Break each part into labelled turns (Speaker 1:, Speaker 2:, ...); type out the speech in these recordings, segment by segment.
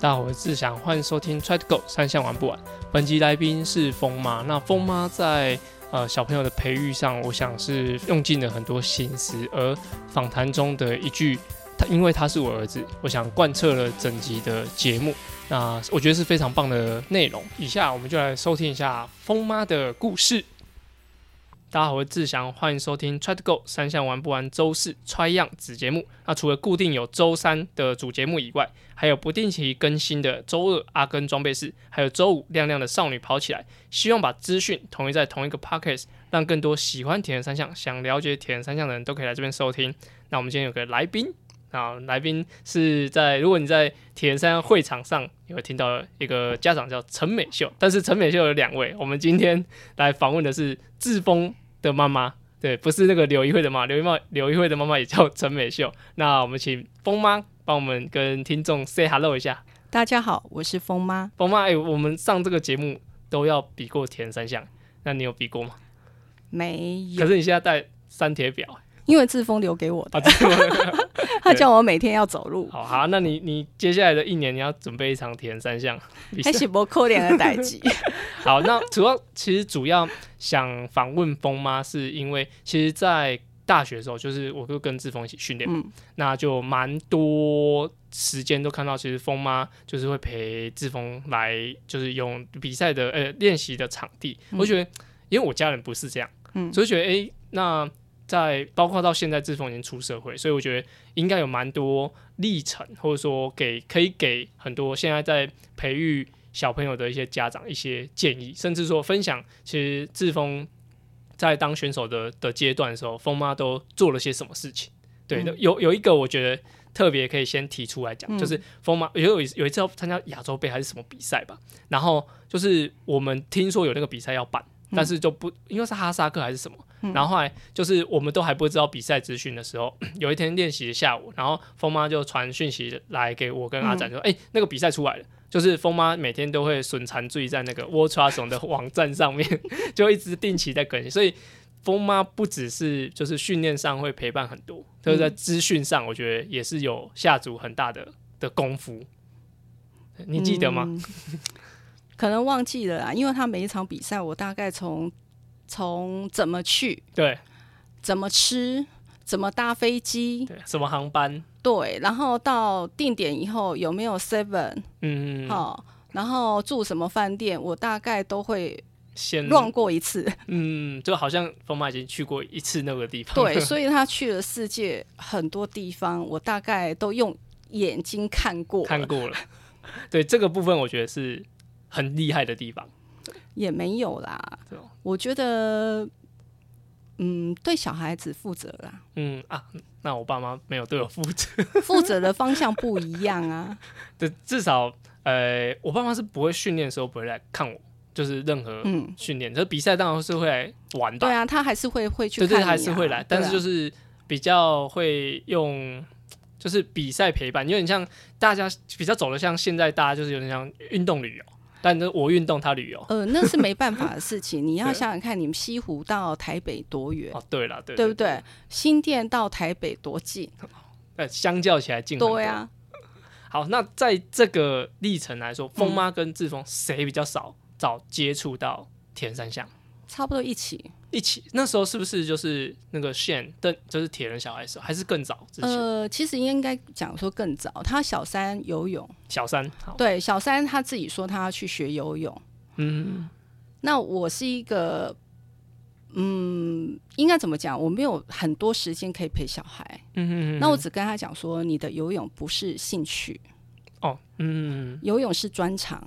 Speaker 1: 大家好，我是志祥，欢迎收听《Try to Go 三项玩不完》。本集来宾是风妈，那风妈在呃小朋友的培育上，我想是用尽了很多心思。而访谈中的一句，他因为他是我儿子，我想贯彻了整集的节目。那我觉得是非常棒的内容。以下我们就来收听一下风妈的故事。大家好，我是志祥，欢迎收听《Try to Go 三项玩不完》周四 Try 样子节目。那除了固定有周三的主节目以外，还有不定期更新的周二阿根装备室，还有周五亮亮的少女跑起来。希望把资讯统一在同一个 podcast，让更多喜欢铁人三项、想了解铁人三项的人都可以来这边收听。那我们今天有个来宾。啊，来宾是在如果你在铁人三项会场上，你会听到一个家长叫陈美秀，但是陈美秀有两位，我们今天来访问的是志峰的妈妈，对，不是那个刘一慧的妈，刘一妈刘一慧的妈妈也叫陈美秀。那我们请峰妈帮我们跟听众 say hello 一下。
Speaker 2: 大家好，我是风妈。
Speaker 1: 峰妈，哎、我们上这个节目都要比过铁人三项，那你有比过吗？
Speaker 2: 没有，
Speaker 1: 可是你现在带三铁表、
Speaker 2: 因为志峰留给我的，
Speaker 1: 啊，这个
Speaker 2: 他叫我每天要走路，
Speaker 1: 好好，那你你接下来的一年你要准备一场铁人三项比赛
Speaker 2: 还。是不扣脸的代际。
Speaker 1: 好，那主要其实主要想访问风妈，是因为其实，在大学的时候，就是我就跟志峰一起训练，嘛，
Speaker 2: 嗯
Speaker 1: 那就蛮多时间都看到，其实风妈就是会陪志峰来，就是用比赛的呃练习的场地。我觉得，因为我家人不是这样，
Speaker 2: 嗯
Speaker 1: 所以觉得诶，那在包括到现在，志峰已经出社会，所以我觉得应该有蛮多历程，或者说给可以给很多现在在培育小朋友的一些家长一些建议，甚至说分享。其实志峰在当选手的的阶段的时候，峰妈都做了些什么事情？对，
Speaker 2: 嗯
Speaker 1: 有有一个我觉得特别可以先提出来讲，
Speaker 2: 嗯
Speaker 1: 就是风妈有有一有一次要参加亚洲杯还是什么比赛吧，然后就是我们听说有那个比赛要办，但是就不因为是哈萨克还是什么，
Speaker 2: 嗯
Speaker 1: 然后后来就是我们都还不知道比赛资讯的时候，有一天练习的下午，然后风妈就传讯息来给我跟阿
Speaker 2: 嗯
Speaker 1: 展说，哎、那个比赛出来了。就是风妈每天都会损残注意在那个 w o r l d t r u s t 的网站上面， 就一直定期在更新，所以风妈不只是就是训练上会陪伴很多，就是
Speaker 2: 嗯
Speaker 1: 在资讯上，我觉得也是有下足很大的的功夫。 你记得吗？
Speaker 2: 嗯？可能忘记了啦，因为他每一场比赛，我大概从从怎么去、
Speaker 1: 对
Speaker 2: 怎么吃、怎么搭飞机，
Speaker 1: 对，什么航班？
Speaker 2: 对，然后到定点以后有没有 Seven
Speaker 1: 嗯，
Speaker 2: 好，然后住什么饭店，我大概都会
Speaker 1: 先
Speaker 2: 乱过一次。
Speaker 1: 嗯，就好像风妈已经去过一次那个地方。
Speaker 2: 对，所以他去了世界很多地方，我大概都用眼睛看过了，
Speaker 1: 看过了。对这个部分，我觉得是很厉害的地方。
Speaker 2: 也没有啦
Speaker 1: 对哦。
Speaker 2: 我觉得，嗯，对小孩子负责啦，
Speaker 1: 嗯啊，那我爸妈没有对我负责，
Speaker 2: 负责的方向不一样 啊。
Speaker 1: 对，至少呃，我爸妈是不会训练的时候不会来看我，就是任何
Speaker 2: 嗯，
Speaker 1: 训练，这比赛当然是会来玩吧
Speaker 2: 对。啊，他还是会会去
Speaker 1: 对
Speaker 2: 看、
Speaker 1: 对，
Speaker 2: 啊，
Speaker 1: 还是会来，但是就是是比较会用，就是比赛陪伴，有点像大家比较走的像现在大家就是有点像运动旅游，但是我运动他旅游。
Speaker 2: 呃，那是没办法的 事情。你要
Speaker 1: 对
Speaker 2: 想想看，你们西湖到台北多远，
Speaker 1: 哦，对了，对
Speaker 2: 对不
Speaker 1: 对？
Speaker 2: 对？新店到台北多近？
Speaker 1: 那呃相较起来近很多。
Speaker 2: 对啊，
Speaker 1: 好，那在这个历程来说，风妈跟志
Speaker 2: 嗯
Speaker 1: 峰谁比较少早接触到铁人三项？
Speaker 2: 差不多一起。
Speaker 1: 一起那时候是不是就是那个线邓就是铁人小孩的时候，还是更早之前？
Speaker 2: 呃，其实应该讲说更早，他小三游泳，
Speaker 1: 小三好，
Speaker 2: 对，小三他自己说他要去学游泳。
Speaker 1: 嗯，
Speaker 2: 那我是一个，嗯，应该怎么讲？我没有很多时间可以陪小孩，
Speaker 1: 嗯嗯嗯，
Speaker 2: 那我只跟他讲说，你的游泳不是兴趣，
Speaker 1: 哦，嗯，
Speaker 2: 游泳是专长。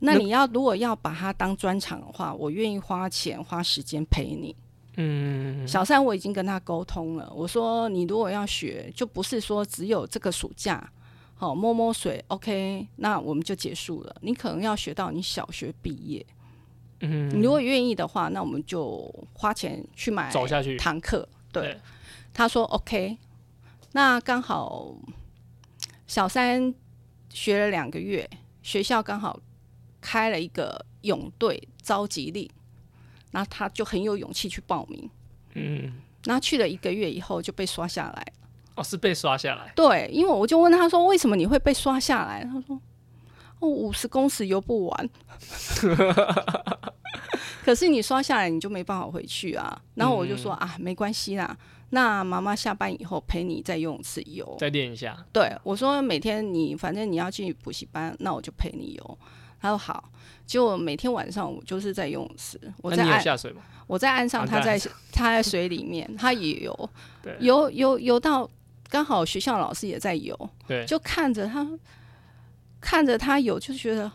Speaker 2: 那
Speaker 1: 那
Speaker 2: 你要如果要把它当专长的话，我愿意花钱花时间陪你。嗯，小三我已经跟他沟通了，我说你如果要学，就不是说只有这个暑假，好摸摸水，OK，那我们就结束了。你可能要学到你小学毕业。嗯，你如果愿意的话，那我们就花钱去买
Speaker 1: 走下去，
Speaker 2: 堂课。对
Speaker 1: 对，
Speaker 2: 他说 OK，那刚好小三学了两个月，学校刚好开了一个泳队召集令，那他就很有勇气去报名。
Speaker 1: 嗯。
Speaker 2: 那去了一个月以后就被刷下来了，
Speaker 1: 哦，是被刷下来，
Speaker 2: 对，因为我就问他说为什么你会被刷下来，他说哦五十公尺游不完， 可是你刷下来你就没办法回去啊。然后我就说、
Speaker 1: 嗯
Speaker 2: 啊没关系啦，那妈妈下班以后陪你在游泳池游。
Speaker 1: 再练一下。
Speaker 2: 对我说每天你反正你要去补习班，那我就陪你游。他说好，结果每天晚上我就是在游泳池，我
Speaker 1: 那
Speaker 2: 在
Speaker 1: 你有
Speaker 2: 岸
Speaker 1: 下水吗？
Speaker 2: 我在岸上，
Speaker 1: 啊
Speaker 2: 他
Speaker 1: 在
Speaker 2: 在 他在水里面，他也游
Speaker 1: 对
Speaker 2: 游游游到刚好学校老师也在游，
Speaker 1: 对，
Speaker 2: 就看着他看着他游，就觉得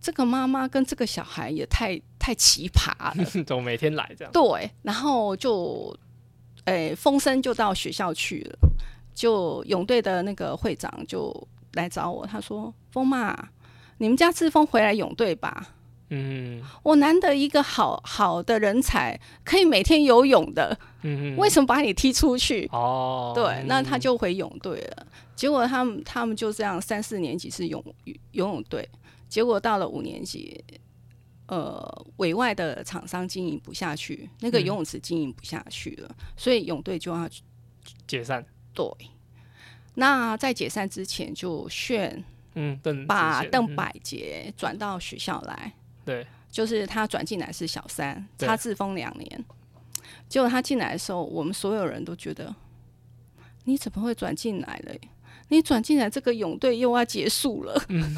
Speaker 2: 这个妈妈跟这个小孩也太太奇葩 了。
Speaker 1: 总每天来这样。
Speaker 2: 对，然后就诶风声就到学校去了，就泳队的那个会长就来找我，他说：“风妈，你们家志峰回来泳队吧。”
Speaker 1: 嗯
Speaker 2: 我难得一个好好的人才，可以每天游泳的，
Speaker 1: 嗯嗯。
Speaker 2: 为什么把你踢出去？
Speaker 1: 哦，
Speaker 2: 对，那他
Speaker 1: 嗯
Speaker 2: 就回泳队了。结果他们他们就这样，三四年级是泳游泳队，结果到了五年级，呃，委外的厂商经营不下去，那个
Speaker 1: 嗯
Speaker 2: 游泳池经营不下去了，所以泳队就要
Speaker 1: 解散。
Speaker 2: 对。那在解散之前，就炫
Speaker 1: 嗯，邓
Speaker 2: 把
Speaker 1: 子贤
Speaker 2: 邓
Speaker 1: 嗯
Speaker 2: 百杰转到学校来，
Speaker 1: 对，
Speaker 2: 就是他转进来是小三，
Speaker 1: 对
Speaker 2: 他自封两年。结果他进来的时候，我们所有人都觉得，你怎么会转进来了？你转进来，这个泳队又要结束了。
Speaker 1: 嗯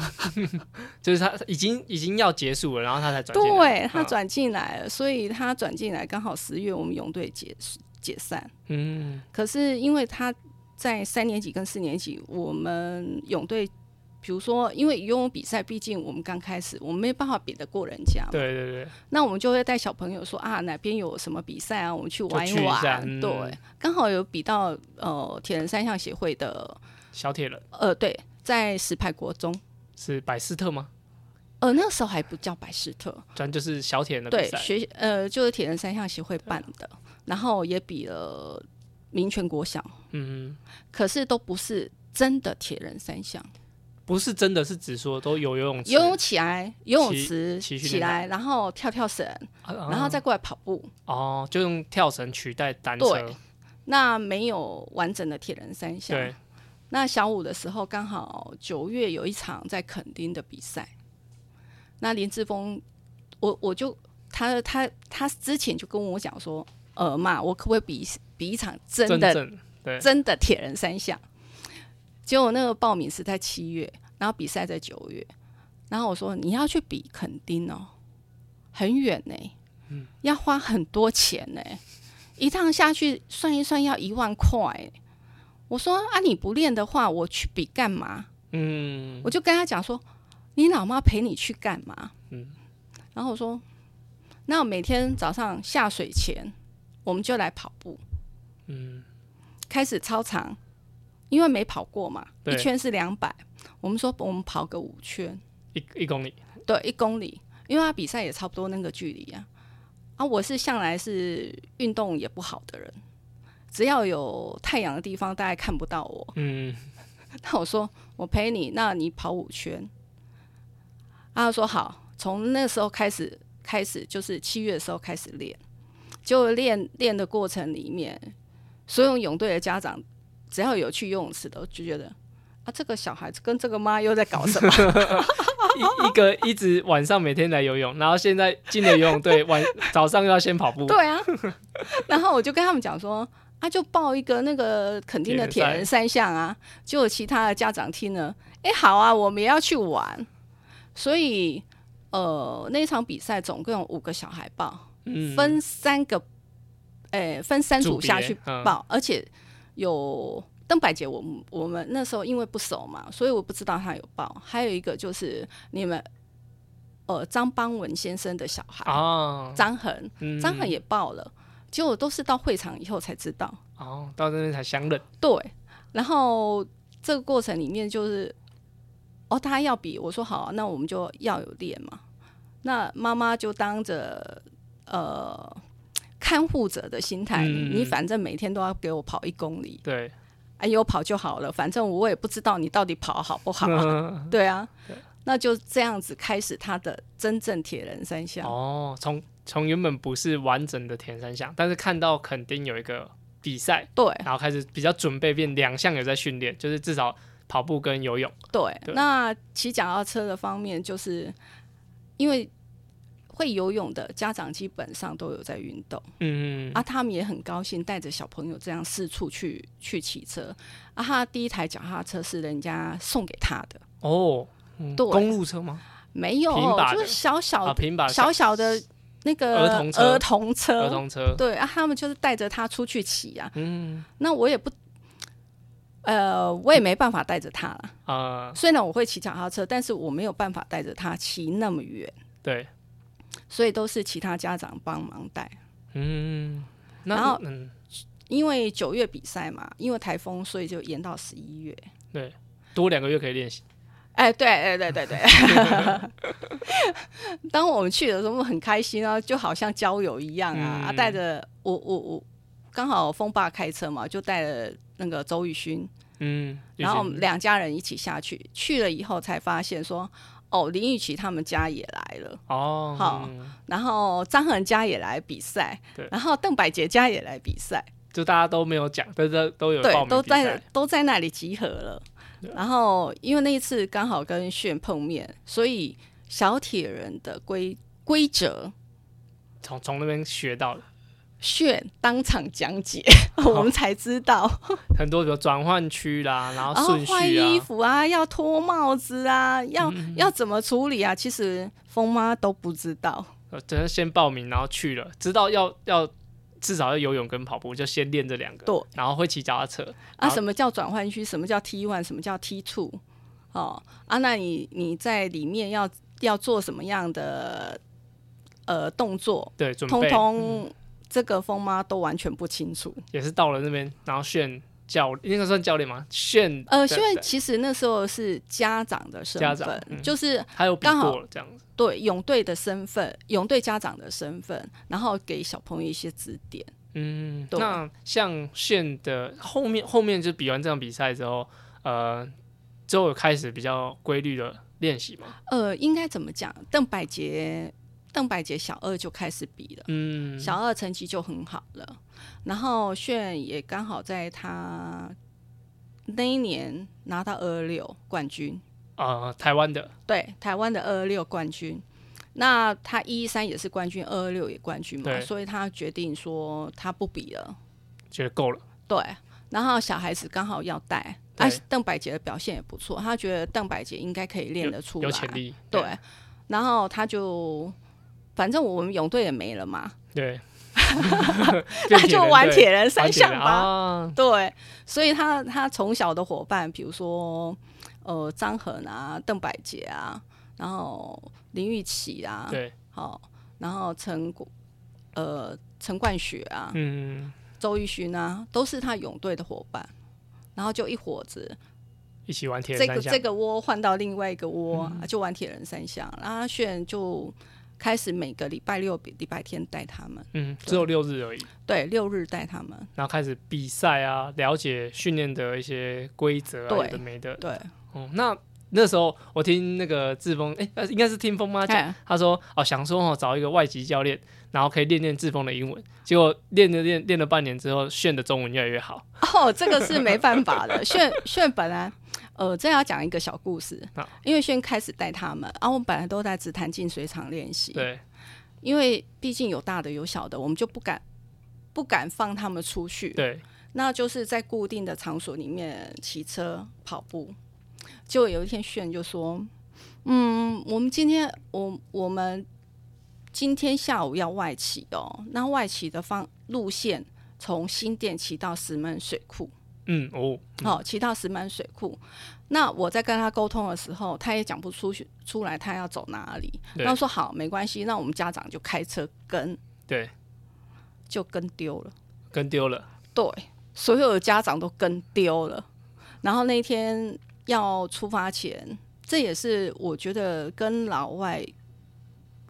Speaker 1: 就是他已经已经要结束了，然后他才转进来。
Speaker 2: 对他
Speaker 1: 嗯
Speaker 2: 转进来了，所以他转进来刚好十月我们泳队解解散。
Speaker 1: 嗯
Speaker 2: 可是因为他在三年级跟四年级，我们泳队，比如说因为游泳比赛，毕竟我们刚开始，我们没办法比得过人家嘛。
Speaker 1: 对对对，
Speaker 2: 那我们就会带小朋友说啊，哪边有什么比赛啊，我们去玩
Speaker 1: 就去一
Speaker 2: 玩。
Speaker 1: 下嗯
Speaker 2: 对，刚好有比到呃铁人三项协会的
Speaker 1: 小铁人
Speaker 2: 呃对，在石牌国中，
Speaker 1: 是百斯特吗？
Speaker 2: 呃那时候还不叫百事特，
Speaker 1: 反正就是小铁人的比
Speaker 2: 对
Speaker 1: 赛。
Speaker 2: 学呃就是铁人三项协会办的，然后也比了民权国小，
Speaker 1: 嗯，
Speaker 2: 可是都不是真的铁人三项，
Speaker 1: 哦不是真的是只说都有游泳池，
Speaker 2: 游泳起来，游泳
Speaker 1: 骑
Speaker 2: 池
Speaker 1: 骑训
Speaker 2: 起
Speaker 1: 练
Speaker 2: 来，然后跳跳绳，
Speaker 1: 啊啊
Speaker 2: 然后再过来跑步。
Speaker 1: 哦，就用跳绳取代单车
Speaker 2: 对。那没有完整的铁人三项，
Speaker 1: 对，
Speaker 2: 那小五的时候，刚好九月有一场在垦丁的比赛。那林志峰，我我就他他他之前就跟我讲说，呃嘛，我可不可以比比一场真
Speaker 1: 真
Speaker 2: 的
Speaker 1: 正对
Speaker 2: 真的铁人三项？结果那个报名是在七月，然后比赛在九月，然后我说你要去比垦丁哦，很远呢、
Speaker 1: 嗯
Speaker 2: 要花很多钱呢、一趟下去算一算要一万块欸、我说啊，你不练的话，我去比干嘛？
Speaker 1: 嗯
Speaker 2: 我就跟他讲说，你老妈陪你去干嘛？
Speaker 1: 嗯
Speaker 2: 然后我说，那我每天早上下水前，我们就来跑步，
Speaker 1: 嗯，
Speaker 2: 开始操场，因为没跑过嘛，
Speaker 1: 对
Speaker 2: 一圈是两百，我们说我们跑个五圈，
Speaker 1: 一一公里
Speaker 2: 对，一公里，因为他比赛也差不多那个距离啊。啊，我是向来是运动也不好的人，只要有太阳的地方，大概看不到我。
Speaker 1: 嗯
Speaker 2: 那我说我陪你，那你跑五圈。啊，他说好，从那时候开始，开始就是七月的时候开始练，就练练的过程里面，所有泳队的家长只要有去游泳池的，就觉得啊，这个小孩子跟这个妈又在搞什么？
Speaker 1: 一一个一直晚上每天来游泳，然后现在进了游泳队， 晚早上又要先跑步。
Speaker 2: 对啊，然后我就跟他们讲说，啊，就报一个那个肯定的铁人三项啊。结果其他的家长听了，哎、好啊，我们也要去玩。所以，呃，那一场比赛总共有五个小孩报，
Speaker 1: 嗯，
Speaker 2: 分三个，哎、分三
Speaker 1: 组
Speaker 2: 组下去
Speaker 1: 别嗯
Speaker 2: 报，而且有邓百杰我们我们那时候因为不熟嘛，所以我不知道他有报。还有一个就是你们，呃，张邦文先生的小孩，
Speaker 1: 啊，
Speaker 2: 张恒。
Speaker 1: 嗯
Speaker 2: 张翰也报了，结果都是到会场以后才知道。
Speaker 1: 哦，到那边才相认。
Speaker 2: 对，然后这个过程里面就是，哦，他要比，我说好啊、那我们就要有练嘛。那妈妈就当着呃看护者的心态，
Speaker 1: 嗯
Speaker 2: 你反正每天都要给我跑一公里，
Speaker 1: 对，
Speaker 2: 哎，有跑就好了，反正我也不知道你到底跑好 不好、啊。
Speaker 1: 嗯
Speaker 2: 对啊，那就这样子开始他的真正铁人三
Speaker 1: 哦
Speaker 2: 项。
Speaker 1: 哦，从从原本不是完整的田三项，但是看到肯定有一个比赛，
Speaker 2: 对
Speaker 1: 然后开始比较准备，变两项有在训练，就是至少跑步跟游泳。
Speaker 2: 对，
Speaker 1: 对
Speaker 2: 那骑脚踏车的方面，就是因为会游泳的家长基本上都有在运动。
Speaker 1: 嗯
Speaker 2: 啊，他们也很高兴带着小朋友这样四处去去骑车。啊，他第一台脚踏车是人家送给他的，
Speaker 1: 哦，嗯
Speaker 2: 对
Speaker 1: 公路车吗？
Speaker 2: 没有
Speaker 1: 平把，的
Speaker 2: 就是小小、
Speaker 1: 啊，平板
Speaker 2: 小小的那个
Speaker 1: 儿童车
Speaker 2: 儿童车
Speaker 1: 儿童车，
Speaker 2: 对啊，他们就是带着他出去骑啊。
Speaker 1: 嗯
Speaker 2: 那我也不，呃，我也没办法带着他了。
Speaker 1: 啊，
Speaker 2: 虽然我会骑脚踏车，但是我没有办法带着他骑那么远，
Speaker 1: 对，
Speaker 2: 所以都是其他家长帮忙带。
Speaker 1: 嗯，那
Speaker 2: 然后
Speaker 1: 嗯，
Speaker 2: 因为九月比赛嘛，因为台风，所以就延到十一月。
Speaker 1: 对，多两个月可以练习。
Speaker 2: 哎，对，哎，对，对，对。 当我们去的时候，我们很开心啊，就好像郊游一样啊，
Speaker 1: 嗯
Speaker 2: 啊带着我，我，我刚好风爸开车嘛，就带了那个周雨勋，
Speaker 1: 嗯，
Speaker 2: 然后我们
Speaker 1: 就是
Speaker 2: 两家人一起下去，去了以后才发现说，哦，林雨琪他们家也来了，
Speaker 1: 哦，
Speaker 2: 好
Speaker 1: 嗯
Speaker 2: 然后张恒家也来比赛
Speaker 1: 对，
Speaker 2: 然后邓百杰家也来比赛，
Speaker 1: 就大家都没有讲，但是都有
Speaker 2: 对
Speaker 1: 报，名
Speaker 2: 都
Speaker 1: 比赛
Speaker 2: 在都在那里集合了。然后因为那一次刚好跟炫碰面，所以小铁人的规规则。
Speaker 1: 从从那边学到了
Speaker 2: 炫当场讲解， 我们才知道
Speaker 1: 很多，比如转换区啦，然后
Speaker 2: 然后
Speaker 1: 顺
Speaker 2: 哦换
Speaker 1: 序
Speaker 2: 衣
Speaker 1: 啊，嗯
Speaker 2: 服啊，要脱帽子啊，要、要怎么处理啊？其实风妈都不知道。
Speaker 1: 呃，只是先报名，然后去了，知道要要至少要游泳跟跑步，就先练这两个，
Speaker 2: 对，
Speaker 1: 然后会骑脚踏车，
Speaker 2: 啊，
Speaker 1: 好
Speaker 2: 什么叫转换区？什么叫 T one？什么叫 T two？哦，啊，那你你在里面要要做什么样的呃动作？
Speaker 1: 对，准备嗯
Speaker 2: 通通这个风妈都完全不清楚。
Speaker 1: 也是到了那边，然后炫教那个算教练吗？炫
Speaker 2: 呃，
Speaker 1: 对
Speaker 2: 因为
Speaker 1: 对
Speaker 2: 其实那时候是家长的身
Speaker 1: 家
Speaker 2: 份，
Speaker 1: 长嗯
Speaker 2: 就是
Speaker 1: 他有比
Speaker 2: 刚好
Speaker 1: 过了这样子，
Speaker 2: 对泳队的身份，泳队家长的身份，然后给小朋友一些指点。
Speaker 1: 嗯，
Speaker 2: 对
Speaker 1: 那像炫的后面后面就比完这场比赛之后，呃，之后有开始比较规律的练习嘛，
Speaker 2: 呃，应该怎么讲？邓百杰，邓百杰小二就开始比了。
Speaker 1: 嗯，
Speaker 2: 小二成绩就很好了，然后炫也刚好在他那一年拿到二六冠军，
Speaker 1: 呃，台湾的
Speaker 2: 对，台湾的二六冠军。那他一三也是冠军，二六也冠军嘛，
Speaker 1: 对
Speaker 2: 所以他决定说他不比了，
Speaker 1: 觉得够了，
Speaker 2: 对。然后小孩子刚好要带，
Speaker 1: 对
Speaker 2: 啊，邓百杰的表现也不错，他觉得邓百杰应该可以练得出来，
Speaker 1: 有潜力，
Speaker 2: 对。然后他就，反正我们泳队也没了嘛，
Speaker 1: 对，
Speaker 2: 那就玩铁人
Speaker 1: 玩
Speaker 2: 三
Speaker 1: 铁人
Speaker 2: 项吧。
Speaker 1: 啊，
Speaker 2: 对，所以他他从小的伙伴，比如说呃张恒啊、邓百杰啊，然后林玉琪啊，
Speaker 1: 对，
Speaker 2: 好、然后陈国呃陈冠学啊、
Speaker 1: 嗯，
Speaker 2: 周玉勋啊，都是他泳队的伙伴，然后就一伙子，
Speaker 1: 一起玩铁
Speaker 2: 这
Speaker 1: 人
Speaker 2: 个
Speaker 1: 三项，嗯
Speaker 2: 这个窝换到另外一个窝，就玩铁人三项，然后他炫就。开始每个礼拜六、礼拜天带他们，
Speaker 1: 嗯，只有六日而已，
Speaker 2: 对，六日带他们，
Speaker 1: 然后开始比赛啊，了解训练的一些规则啊，
Speaker 2: 对
Speaker 1: 有的没的。
Speaker 2: 对，
Speaker 1: 哦、那那时候我听那个志峰，哎、呃应该是听峰妈讲，
Speaker 2: 哎
Speaker 1: 她说哦，想说哦找一个外籍教练，然后可以练练志峰的英文。结果练着练练了半年之后，炫的中文越来越好。
Speaker 2: 哦，这个是没办法的。炫炫本来，呃，这要讲一个小故事
Speaker 1: 好，
Speaker 2: 因为炫开始带他们，啊，我们本来都在紫檀净水厂练习，
Speaker 1: 对，
Speaker 2: 因为毕竟有大的有小的，我们就不敢不敢放他们出去，
Speaker 1: 对，
Speaker 2: 那就是在固定的场所里面骑车跑步。结果有一天炫就说：“嗯，我们今天我我们今天下午要外骑哦，那外骑的方路线从新店骑到石门水库。”
Speaker 1: 嗯，哦，
Speaker 2: 好、骑到石门水库。那我在跟他沟通的时候，他也讲不出去出来他要走哪里。
Speaker 1: 对
Speaker 2: 那我说好，没关系，那我们家长就开车跟，
Speaker 1: 对，
Speaker 2: 就跟丢了。
Speaker 1: 跟丢了，
Speaker 2: 对，所有的家长都跟丢了。然后那天要出发前，这也是我觉得跟老外。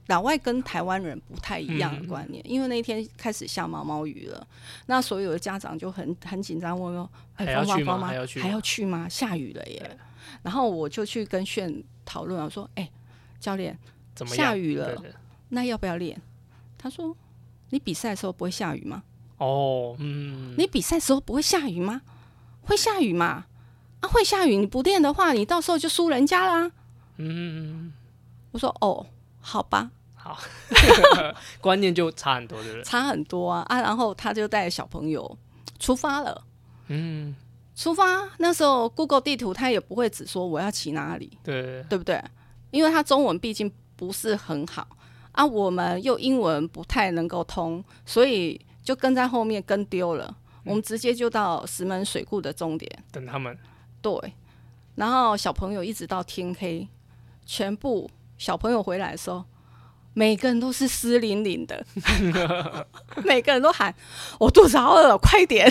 Speaker 2: 老外跟台湾人不太一样的观念，
Speaker 1: 嗯
Speaker 2: 因为那天开始下毛毛雨了，那所有的家长就很很紧张，问说：“哎，
Speaker 1: 还要
Speaker 2: 方妈
Speaker 1: 去吗
Speaker 2: 方妈哎
Speaker 1: 还要去吗啊
Speaker 2: 还要去吗？下雨了耶！”然后我就去跟炫讨论，我说：“哎、教练，
Speaker 1: 怎么样？
Speaker 2: 下雨了
Speaker 1: 对对
Speaker 2: 那要不要练？”他说：“你比赛的时候不会下雨吗？”
Speaker 1: 哦，嗯，
Speaker 2: 你比赛时候不会下雨吗？会下雨嘛？啊，会下雨，你不练的话，你到时候就输人家啦。
Speaker 1: 嗯，
Speaker 2: 我说哦，好吧，
Speaker 1: 好，观念就差很多，对不对？
Speaker 2: 差很多啊啊！然后他就带小朋友出发了。
Speaker 1: 嗯，
Speaker 2: 出发那时候 Google 地图它也不会只说我要骑哪里，
Speaker 1: 对，
Speaker 2: 对不对？因为它中文毕竟不是很好啊，我们又英文不太能够通，所以就跟在后面跟丢了。我们直接就到石门水库的终点，
Speaker 1: 等他们，
Speaker 2: 对。然后小朋友一直到天黑，全部小朋友回来的时候，每个人都是湿淋淋的， 每个人都喊：“我肚子好饿，快点！”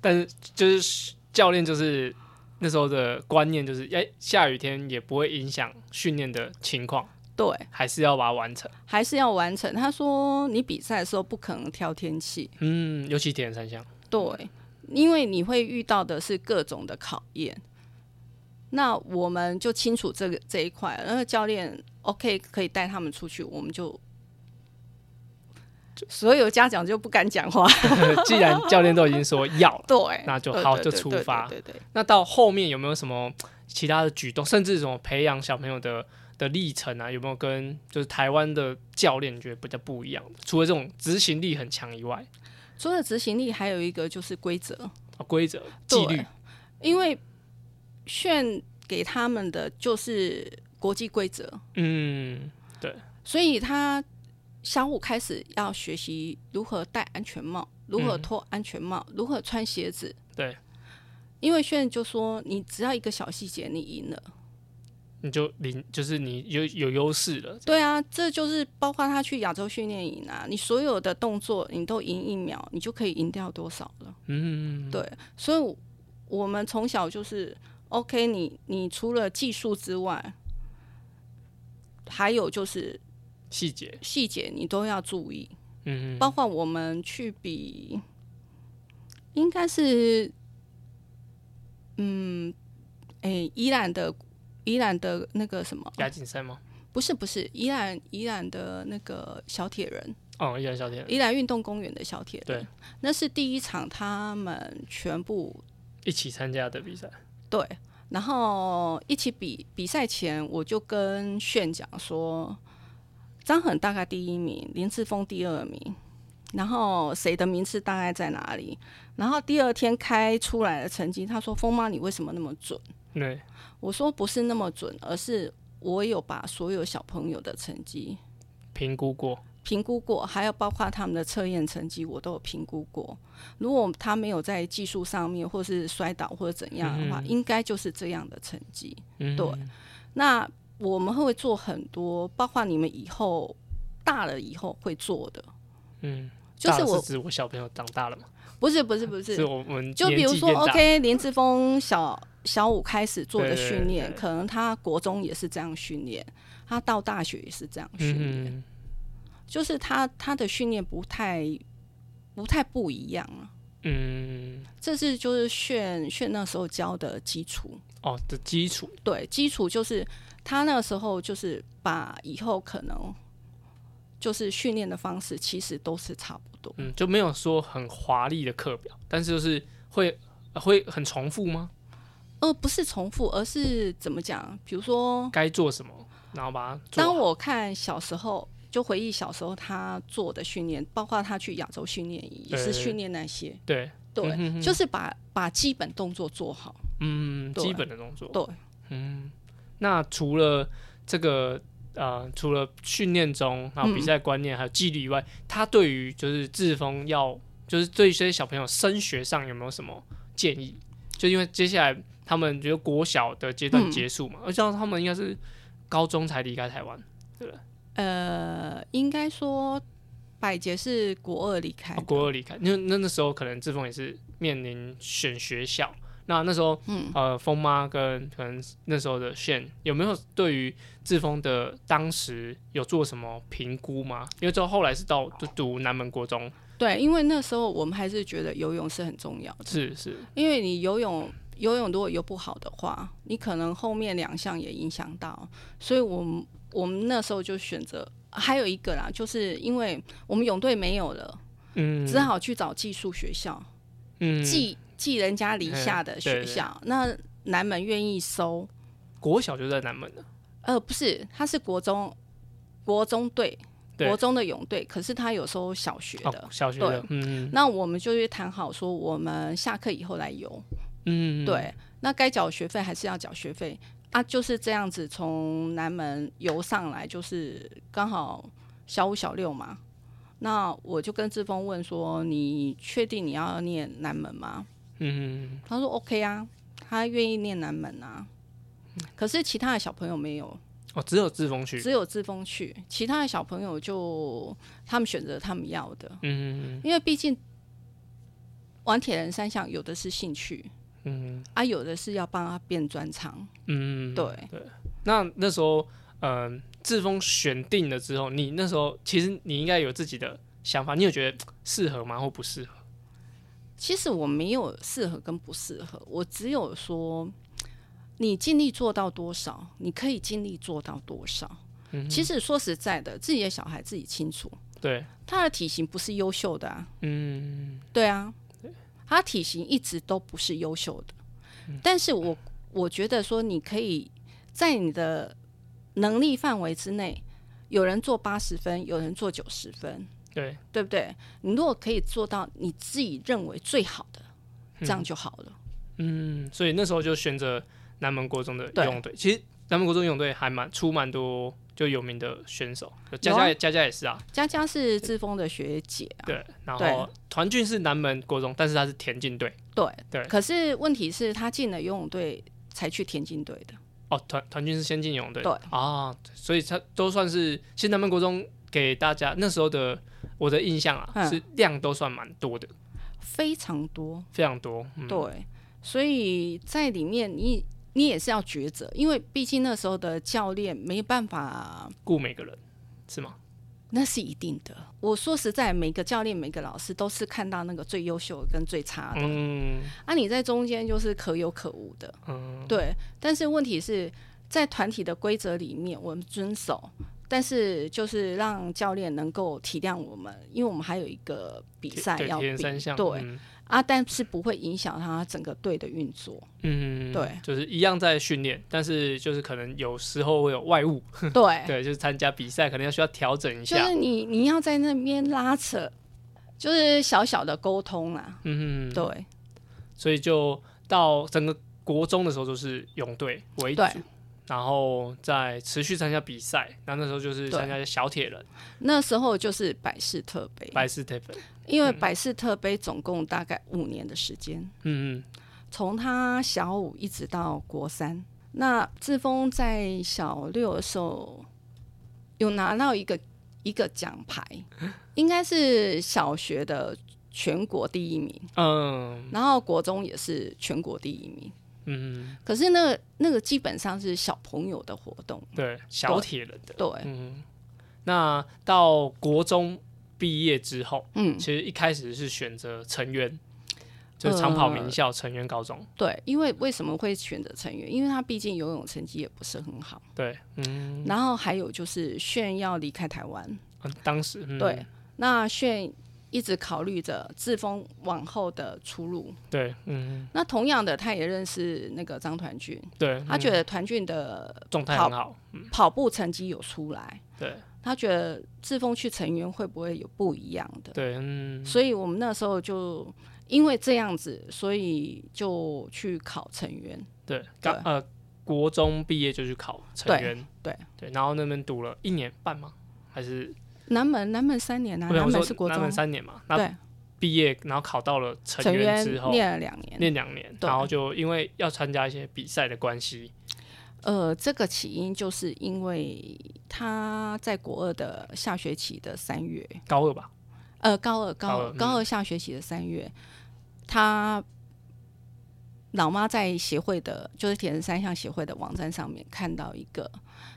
Speaker 1: 但是就是教练就是那时候的观念就是，哎，下雨天也不会影响训练的情况，
Speaker 2: 对，
Speaker 1: 还是要把它完成。
Speaker 2: 还是要完成。他说：“你比赛的时候不可能挑天气，
Speaker 1: 嗯，尤其铁人三项，
Speaker 2: 对，因为你会遇到的是各种的考验。那我们就清楚这个这一块，然后教练 OK 可以带他们出去，我们就所有家长就不敢讲 话，
Speaker 1: 既然教练都已经说要了，
Speaker 2: 对，
Speaker 1: 那就
Speaker 2: 对
Speaker 1: 好
Speaker 2: 对
Speaker 1: 就
Speaker 2: 对
Speaker 1: 出
Speaker 2: 对对
Speaker 1: 发
Speaker 2: 对对对
Speaker 1: 那到后面有没有什么其他的举动，甚至什么培养小朋友的的历程啊？有没有跟就是台湾的教练你觉得比较不一样？除了这种执行力很强以外，
Speaker 2: 除了执行力，还有一个就是规则，
Speaker 1: 啊规则、
Speaker 2: 对
Speaker 1: 纪律，
Speaker 2: 因为炫给他们的就是国际规则，
Speaker 1: 嗯，
Speaker 2: 所以他小五开始要学习如何戴安全帽，如何脱安全帽，如何穿鞋子。
Speaker 1: 嗯对，
Speaker 2: 因为炫就说，你只要一个小细节，你赢了。
Speaker 1: 你就领就是你有有优势了，
Speaker 2: 对啊，这就是包括他去亚洲训练营啊，你所有的动作你都赢一秒，你就可以赢掉多少了。
Speaker 1: 嗯，
Speaker 2: 对，所以我我们从小就是 OK，你你除了技术之外，还有就是
Speaker 1: 细节，
Speaker 2: 细节你都要注意。
Speaker 1: 嗯，
Speaker 2: 包括我们去比，应该是，嗯，诶、伊朗的伊朗的那个什么？
Speaker 1: 亚锦赛吗？
Speaker 2: 不是不是，伊朗伊朗的那个小铁人，
Speaker 1: 哦，亚小天
Speaker 2: 伊朗运动公园的小铁人
Speaker 1: 对，
Speaker 2: 那是第一场，他们全部
Speaker 1: 一起参加的比赛，
Speaker 2: 对，然后一起比比赛前，我就跟炫讲说，张恒大概第一名，林志峰第二名，然后谁的名次大概在哪里？然后第二天开出来的成绩，他说：“峰妈，你为什么那么准
Speaker 1: 对，？”
Speaker 2: 我说：“不是那么准，而是我有把所有小朋友的成绩
Speaker 1: 评估过，
Speaker 2: 评估过，还有包括他们的测验成绩，我都有评估过。如果他没有在技术上面，或是摔倒或者怎样的话，
Speaker 1: 嗯
Speaker 2: 应该就是这样的成绩。
Speaker 1: 嗯，
Speaker 2: 对那我们会做很多，包括你们以后大了以后会做的，
Speaker 1: 嗯，
Speaker 2: 就
Speaker 1: 大
Speaker 2: 是
Speaker 1: 了
Speaker 2: 我
Speaker 1: 指我小朋友长大了嘛，
Speaker 2: 不是不是不是，
Speaker 1: 我们
Speaker 2: 就比
Speaker 1: 年
Speaker 2: 如
Speaker 1: 纪
Speaker 2: 说
Speaker 1: 变大
Speaker 2: OK 林志峰小小五开始做的
Speaker 1: 对对
Speaker 2: 训练，
Speaker 1: 对
Speaker 2: 可能他国中也是这样训练，他到大学也是这样训练，
Speaker 1: 嗯，
Speaker 2: 就是他他的训练不太不太不一样啊。
Speaker 1: 嗯，
Speaker 2: 这是就是炫炫那时候教的基础，
Speaker 1: 哦的基础，
Speaker 2: 对，基础就是他那个时候就是把以后可能就是训练的方式其实都是差不多，
Speaker 1: 嗯，就没有说很华丽的课表，但是就是会呃会很重复吗？
Speaker 2: 呃，不是重复，而是怎么讲？比如说，
Speaker 1: 该做什么，然后把它做
Speaker 2: 当
Speaker 1: 好。
Speaker 2: 我看小时候，就回忆小时候他做的训练，包括他去亚洲训练营也是
Speaker 1: 对
Speaker 2: 训练那些，
Speaker 1: 对，
Speaker 2: 对，
Speaker 1: 嗯哼哼
Speaker 2: 就是把把基本动作做好，
Speaker 1: 嗯，
Speaker 2: 对
Speaker 1: 基本的动作。
Speaker 2: 对，
Speaker 1: 嗯，那除了这个呃，除了训练中，还有
Speaker 2: 嗯
Speaker 1: 比赛观念，还有纪律以外，他对于就是志峰要，就是对于这些小朋友升学上有没有什么建议？就因为接下来他们觉得国小的阶段
Speaker 2: 嗯
Speaker 1: 结束嘛，而且他们应该是高中才离开台湾，
Speaker 2: 呃，应该说百杰是国二离开
Speaker 1: 哦
Speaker 2: 的，
Speaker 1: 国二离开，因为那那时候可能志峰也是面临选学校。那那时候，
Speaker 2: 嗯
Speaker 1: 呃，峰妈跟可能那时候的炫有没有对于志峰的当时有做什么评估吗？因为之后后来是到就读南门国中，
Speaker 2: 对，因为那时候我们还是觉得游泳是很重要的，
Speaker 1: 是是，
Speaker 2: 因为你游泳游泳如果游不好的话，你可能后面两项也影响到，所以我们我们那时候就选择还有一个啦，就是因为我们泳队没有了，
Speaker 1: 嗯，
Speaker 2: 只好去找寄宿学校，
Speaker 1: 嗯
Speaker 2: 寄寄人家篱下的学校。那南门愿意收，
Speaker 1: 国小就在南门了，
Speaker 2: 呃，不是，他是国中国中队，
Speaker 1: 对
Speaker 2: 国中的泳队，可是他有收小学的。
Speaker 1: 哦，小学的，嗯
Speaker 2: 那我们就去谈好说，我们下课以后来游。
Speaker 1: 嗯，
Speaker 2: 对，那该缴学费还是要缴学费啊，就是这样子从南门游上来，就是刚好小五小六嘛。那我就跟志峰问说：“你确定你要念南门吗
Speaker 1: 嗯，？”
Speaker 2: 他说：“OK 啊，他愿意念南门啊。”可是其他的小朋友没有，
Speaker 1: 哦，只有自封区，
Speaker 2: 只有志峰去，其他的小朋友就他们选择他们要的，
Speaker 1: 嗯
Speaker 2: 因为毕竟玩铁人三项有的是兴趣，
Speaker 1: 嗯
Speaker 2: 啊，有的是要帮他变专长。
Speaker 1: 嗯，
Speaker 2: 对。
Speaker 1: 对。那那时候，嗯、志峰选定了之后，你那时候其实你应该有自己的想法，你有觉得适合吗，或不适合？
Speaker 2: 其实我没有适合跟不适合，我只有说你尽力做到多少，你可以尽力做到多少。
Speaker 1: 嗯
Speaker 2: 其实说实在的，自己的小孩自己清楚，
Speaker 1: 对，
Speaker 2: 他的体型不是优秀的啊，
Speaker 1: 嗯
Speaker 2: 对啊，他的体型一直都不是优秀的。但是我我觉得说，你可以在你的能力范围之内，有人做八十分，有人做九十分，
Speaker 1: 对，
Speaker 2: 对不对？你如果可以做到你自己认为最好的，这样就好了。
Speaker 1: 嗯，所以那时候就选择南门国中的游
Speaker 2: 对
Speaker 1: 泳队。其实南门国中游泳队还蛮出蛮多就有名的选手，就佳
Speaker 2: 有
Speaker 1: 佳
Speaker 2: 啊
Speaker 1: 也佳佳也是啊，
Speaker 2: 佳佳是志峰的学姐啊，
Speaker 1: 对。然
Speaker 2: 对
Speaker 1: 后团俊是南门国中，但是他是田径队
Speaker 2: 对
Speaker 1: 对
Speaker 2: 可是问题是，她进了游泳队才去田径队的，
Speaker 1: 哦，团团俊是先进游泳队
Speaker 2: 对
Speaker 1: 啊，所以他都算是其实南门国中给大家那时候的我的印象啊，
Speaker 2: 嗯
Speaker 1: 是量都算蛮多的，
Speaker 2: 非常多。
Speaker 1: 非常多。嗯、
Speaker 2: 对，所以在里面你你也是要抉择，因为毕竟那时候的教练没办法，
Speaker 1: 顾每个人是吗？
Speaker 2: 那是一定的。我说实在，每个教练、每个老师都是看到那个最优秀的跟最差的，
Speaker 1: 嗯
Speaker 2: 啊，你在中间就是可有可无的。
Speaker 1: 嗯，
Speaker 2: 对，但是问题是在团体的规则里面，我们遵守，但是就是让教练能够体谅我们，因为我们还有一个比
Speaker 1: 铁
Speaker 2: 赛
Speaker 1: 对
Speaker 2: 要
Speaker 1: 铁
Speaker 2: 比
Speaker 1: 人，三项
Speaker 2: 对
Speaker 1: 嗯
Speaker 2: 啊，但是不会影响他整个队的运作，
Speaker 1: 嗯，
Speaker 2: 对
Speaker 1: 就是一样在训练，但是就是可能有时候会有外务，
Speaker 2: 对，
Speaker 1: 对，就是参加比赛可能要需要调整一
Speaker 2: 就
Speaker 1: 下，
Speaker 2: 是你你要在那边拉扯，就是小小的沟通啦，
Speaker 1: 嗯，
Speaker 2: 对
Speaker 1: 所以就到整个国中的时候都是泳队为主
Speaker 2: 对，，
Speaker 1: 然后再持续参加比赛，那那时候就是
Speaker 2: 对
Speaker 1: 参加小铁人、
Speaker 2: 那时候就是百事特杯，啊
Speaker 1: 白丝铁粉，
Speaker 2: 因为百事特杯总共大概五年的时间，
Speaker 1: 嗯
Speaker 2: 从他小五一直到国三。那志峰在小六的时候有拿到一个一个奖牌，应该是小学的全国第一名，
Speaker 1: 嗯嗯
Speaker 2: 然后国中也是全国第一名。
Speaker 1: 嗯，
Speaker 2: 可是那个那个基本上是小朋友的活动，
Speaker 1: 对，小铁人的，
Speaker 2: 对，
Speaker 1: 嗯，那到国中毕业之后，
Speaker 2: 嗯，
Speaker 1: 其实一开始是选择成员，就是长
Speaker 2: 呃
Speaker 1: 跑名校成员高中，
Speaker 2: 对，因为为什么会选择成员？因为他毕竟游泳成绩也不是很好，
Speaker 1: 对，嗯，
Speaker 2: 然后还有就是炫耀离开台湾，
Speaker 1: 嗯当时、嗯、
Speaker 2: 对，那炫一直考虑着志峰往后的出路。
Speaker 1: 对，嗯
Speaker 2: 那同样的，他也认识那个张团俊，
Speaker 1: 对，
Speaker 2: 他
Speaker 1: 嗯
Speaker 2: 觉得团俊的
Speaker 1: 状态很好，
Speaker 2: 跑步成绩有出来，
Speaker 1: 对
Speaker 2: 他觉得志峰去成员会不会有不一样的？
Speaker 1: 对，嗯
Speaker 2: 所以我们那时候就因为这样子，所以就去考成员。
Speaker 1: 对，刚呃国中毕业就去考成员，
Speaker 2: 对
Speaker 1: 对，然后那边读了一年半吗？还是
Speaker 2: 南门，南门三年啊，
Speaker 1: 不是
Speaker 2: 南
Speaker 1: 我
Speaker 2: 门
Speaker 1: 说
Speaker 2: 是国
Speaker 1: 南门
Speaker 2: 中，
Speaker 1: 三年嘛，那
Speaker 2: 对，
Speaker 1: 毕业然后考到了成
Speaker 2: 成
Speaker 1: 员
Speaker 2: 员
Speaker 1: 之后。
Speaker 2: 念了两年，
Speaker 1: 练两年，
Speaker 2: 对
Speaker 1: 然后就因为要参加一些比赛的关系，
Speaker 2: 呃，这个起因就是因为他在国二的下学期的三月，
Speaker 1: 高二吧，
Speaker 2: 呃，高二
Speaker 1: 高
Speaker 2: 高
Speaker 1: 二
Speaker 2: 二
Speaker 1: 嗯
Speaker 2: 高二下学期的三月，他老妈在协会的，就是铁人三项协会的网站上面看到一个，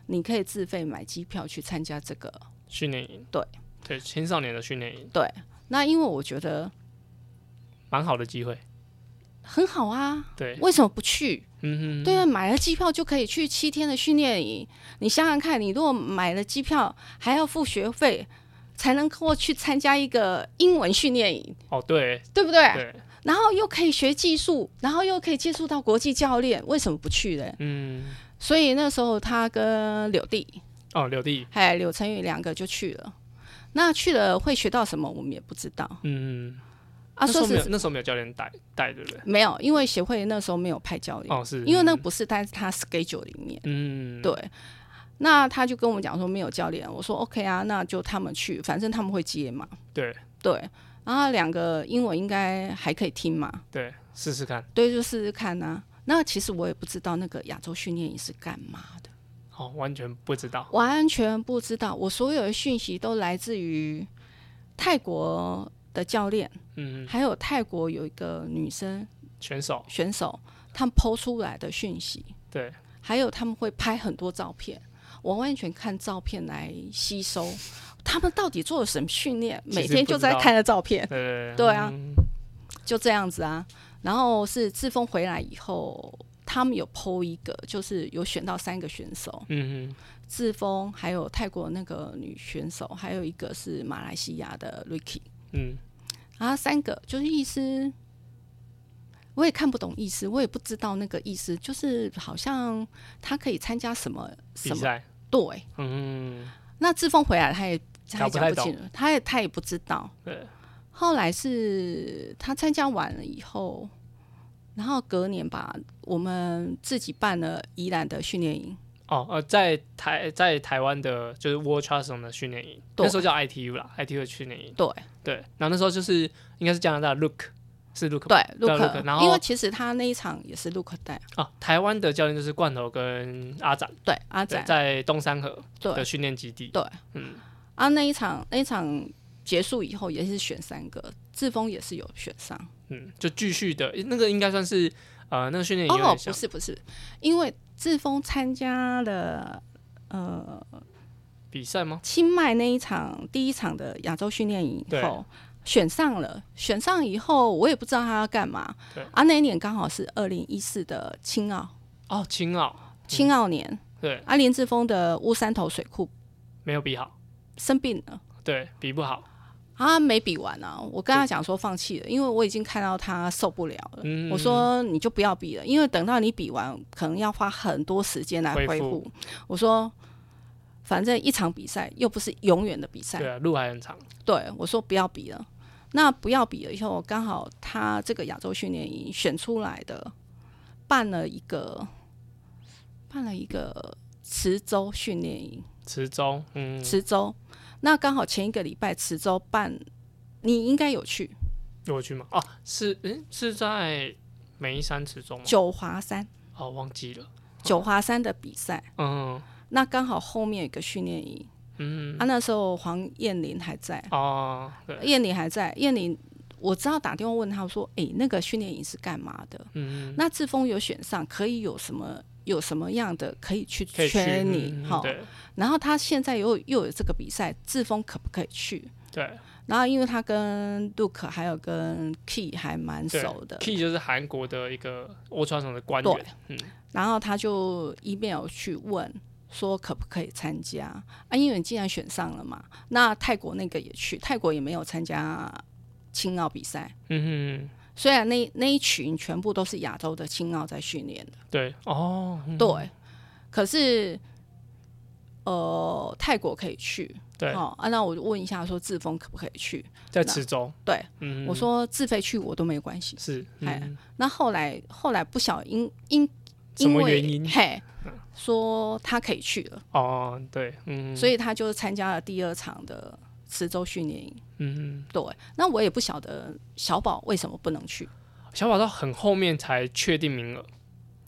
Speaker 2: 你可以自费买机票去参加这个。
Speaker 1: 训练营，
Speaker 2: 对
Speaker 1: 对，青少年的训练营，
Speaker 2: 对，那因为我觉得
Speaker 1: 蛮好的机会，
Speaker 2: 很好啊，
Speaker 1: 对，
Speaker 2: 为什么不去？
Speaker 1: 嗯哼，
Speaker 2: 对啊，买了机票就可以去七天的训练营。你想想看，你如果买了机票还要付学费，才能够去参加一个英文训练营，
Speaker 1: 哦，对
Speaker 2: 对不对？
Speaker 1: 对，
Speaker 2: 然后又可以学技术，然后又可以接触到国际教练，为什么不去呢？
Speaker 1: 嗯，
Speaker 2: 所以那时候他跟柳弟，
Speaker 1: 哦，柳弟，
Speaker 2: 还有柳成宇两个就去了。那去了会学到什么，我们也不知道
Speaker 1: 嗯，
Speaker 2: 啊。
Speaker 1: 那时
Speaker 2: 说
Speaker 1: 候没有
Speaker 2: 是
Speaker 1: 那时候没有教练带带，对不对？
Speaker 2: 没有，因为协会那时候没有派教练，
Speaker 1: 哦，是
Speaker 2: 因为那不是在他 schedule 里面。
Speaker 1: 嗯，
Speaker 2: 对，那他就跟我们讲说没有教练，我说 OK 啊，那就他们去，反正他们会接嘛。
Speaker 1: 对
Speaker 2: 对，然后两个英文应该还可以听嘛，
Speaker 1: 对，试试看。
Speaker 2: 对，就试试看啊。那其实我也不知道那个亚洲训练营是干嘛的，
Speaker 1: 哦，完全不知道。
Speaker 2: 完全不知道。我所有的讯息都来自于泰国的教练，
Speaker 1: 嗯，
Speaker 2: 还有泰国有一个女生
Speaker 1: 选手，
Speaker 2: 选手，他们抛出来的讯息，
Speaker 1: 对，
Speaker 2: 还有他们会拍很多照片，我完全看照片来吸收他们到底做了什么训练，
Speaker 1: 其实
Speaker 2: 每天
Speaker 1: 不
Speaker 2: 就
Speaker 1: 知
Speaker 2: 在
Speaker 1: 道
Speaker 2: 看着照片，
Speaker 1: 对对
Speaker 2: 对啊
Speaker 1: 嗯
Speaker 2: 就这样子啊。然后是志峰回来以后，他们有剖一个，就是有选到三个选手，
Speaker 1: 嗯嗯，
Speaker 2: 志峰，还有泰国那个女选手，还有一个是马来西亚的 Ricky，
Speaker 1: 嗯，
Speaker 2: 然后啊三个就是意思，我也看不懂意思，我也不知道那个意思，就是好像他可以参加什么
Speaker 1: 比
Speaker 2: 什么
Speaker 1: 赛，
Speaker 2: 对。
Speaker 1: 嗯，
Speaker 2: 那志峰回来，他也
Speaker 1: 搞
Speaker 2: 他也
Speaker 1: 不
Speaker 2: 讲
Speaker 1: 太
Speaker 2: 不清楚，他也他也不知道。
Speaker 1: 对，
Speaker 2: 后来是他参加完了以后，然后隔年吧，我们自己办了宜兰的训练营，
Speaker 1: 哦，呃，在台在台湾的，就是 World c h a s o n 的训练营，
Speaker 2: 对
Speaker 1: 那时候叫 ITU 啦，ITU 的训练营。
Speaker 2: 对
Speaker 1: 对，然后那时候就是应该是加拿大 Look，是 Look 吧
Speaker 2: 对
Speaker 1: 对
Speaker 2: ，Luke，
Speaker 1: Luke，然后
Speaker 2: 因为其实他那一场也是 Luke 带，
Speaker 1: 啊，台湾的教练就是罐头跟阿展，
Speaker 2: 对阿
Speaker 1: 对，
Speaker 2: 展，
Speaker 1: 在东山河的
Speaker 2: 对
Speaker 1: 训练基地。
Speaker 2: 对
Speaker 1: 嗯，
Speaker 2: 啊那一场那一场结束以后也是选三个，志峰也是有选上。
Speaker 1: 嗯，就继续的那个应该算是呃，那个训练营有
Speaker 2: 哦
Speaker 1: 点，
Speaker 2: 不
Speaker 1: 像，
Speaker 2: 是不是，因为志峰参加了呃
Speaker 1: 比赛吗？
Speaker 2: 清迈那一场第一场的亚洲训练营以后，选上了，选上以后我也不知道他要干嘛
Speaker 1: 对。
Speaker 2: 啊，那一年刚好是二零一四的青奥，
Speaker 1: 哦，青奥，
Speaker 2: 青奥年，
Speaker 1: 对，
Speaker 2: 啊，林志峰的乌山头水库
Speaker 1: 没有比好，
Speaker 2: 生病了。
Speaker 1: 对比不好。
Speaker 2: 啊，没比完啊！我跟他讲说放弃了，因为我已经看到他受不了了。
Speaker 1: 嗯，
Speaker 2: 我说你就不要比了，因为等到你比完，可能要花很多时间来
Speaker 1: 恢复
Speaker 2: 恢复。我说，反正一场比赛又不是永远的比赛
Speaker 1: 对，啊，路还很长。
Speaker 2: 对，我说不要比了。那不要比了以后，刚好他这个亚洲训练营选出来的，办了一个，办了一个池州训练营，
Speaker 1: 池州，嗯，
Speaker 2: 池州。那刚好前一个礼拜池州办，你应该有去
Speaker 1: 我去吗？哦，是，嗯，是在梅山池州吗？
Speaker 2: 九华山，
Speaker 1: 哦，忘记了。
Speaker 2: 九华山的比赛。
Speaker 1: 嗯
Speaker 2: 那刚好后面有一个训练营，
Speaker 1: 嗯，
Speaker 2: 啊，那时候黄燕玲还在，
Speaker 1: 哦，对，
Speaker 2: 燕玲还在，燕玲，我知道打电话问他说，诶、那个训练营是干嘛的？
Speaker 1: 嗯，
Speaker 2: 那志峰有选上，可以有什么有什么样的可以去
Speaker 1: 可以去
Speaker 2: 圈你
Speaker 1: 嗯
Speaker 2: 哈、
Speaker 1: 对
Speaker 2: 然后他现在又又有这个比赛，志峰可不可以去？
Speaker 1: 对
Speaker 2: 然后因为他跟 Luke 还有跟 Key 还蛮
Speaker 1: 对
Speaker 2: 熟的，
Speaker 1: ，Key 就是韩国的一个 World c h a s o n 的官员
Speaker 2: 对，然后他就 email 去问说可不可以参加啊？因为你既然选上了嘛，那泰国那个也去，泰国也没有参加青奥比赛，
Speaker 1: 嗯
Speaker 2: 虽然那那一群全部都是亚洲的青奥在训练的。
Speaker 1: 哼，对，哦，嗯
Speaker 2: 对，可是呃，泰国可以去，
Speaker 1: 对，
Speaker 2: 哦，啊，那我就问一下，说志峰可不可以去？
Speaker 1: 在池州，
Speaker 2: 对，
Speaker 1: 嗯，
Speaker 2: 我说自费去我都没关系。
Speaker 1: 是，
Speaker 2: 哎
Speaker 1: 嗯，
Speaker 2: 那后来后来不晓因因
Speaker 1: 什
Speaker 2: 因
Speaker 1: 么
Speaker 2: 为
Speaker 1: 原因
Speaker 2: 嘿，说他可以去了，
Speaker 1: 哦，对，嗯，
Speaker 2: 所
Speaker 1: 以，
Speaker 2: 以他就参加了第二场的池州训练营。
Speaker 1: 嗯，
Speaker 2: 对，那我也不晓得小宝为什么不能去。
Speaker 1: 小宝到很后面才确定名额，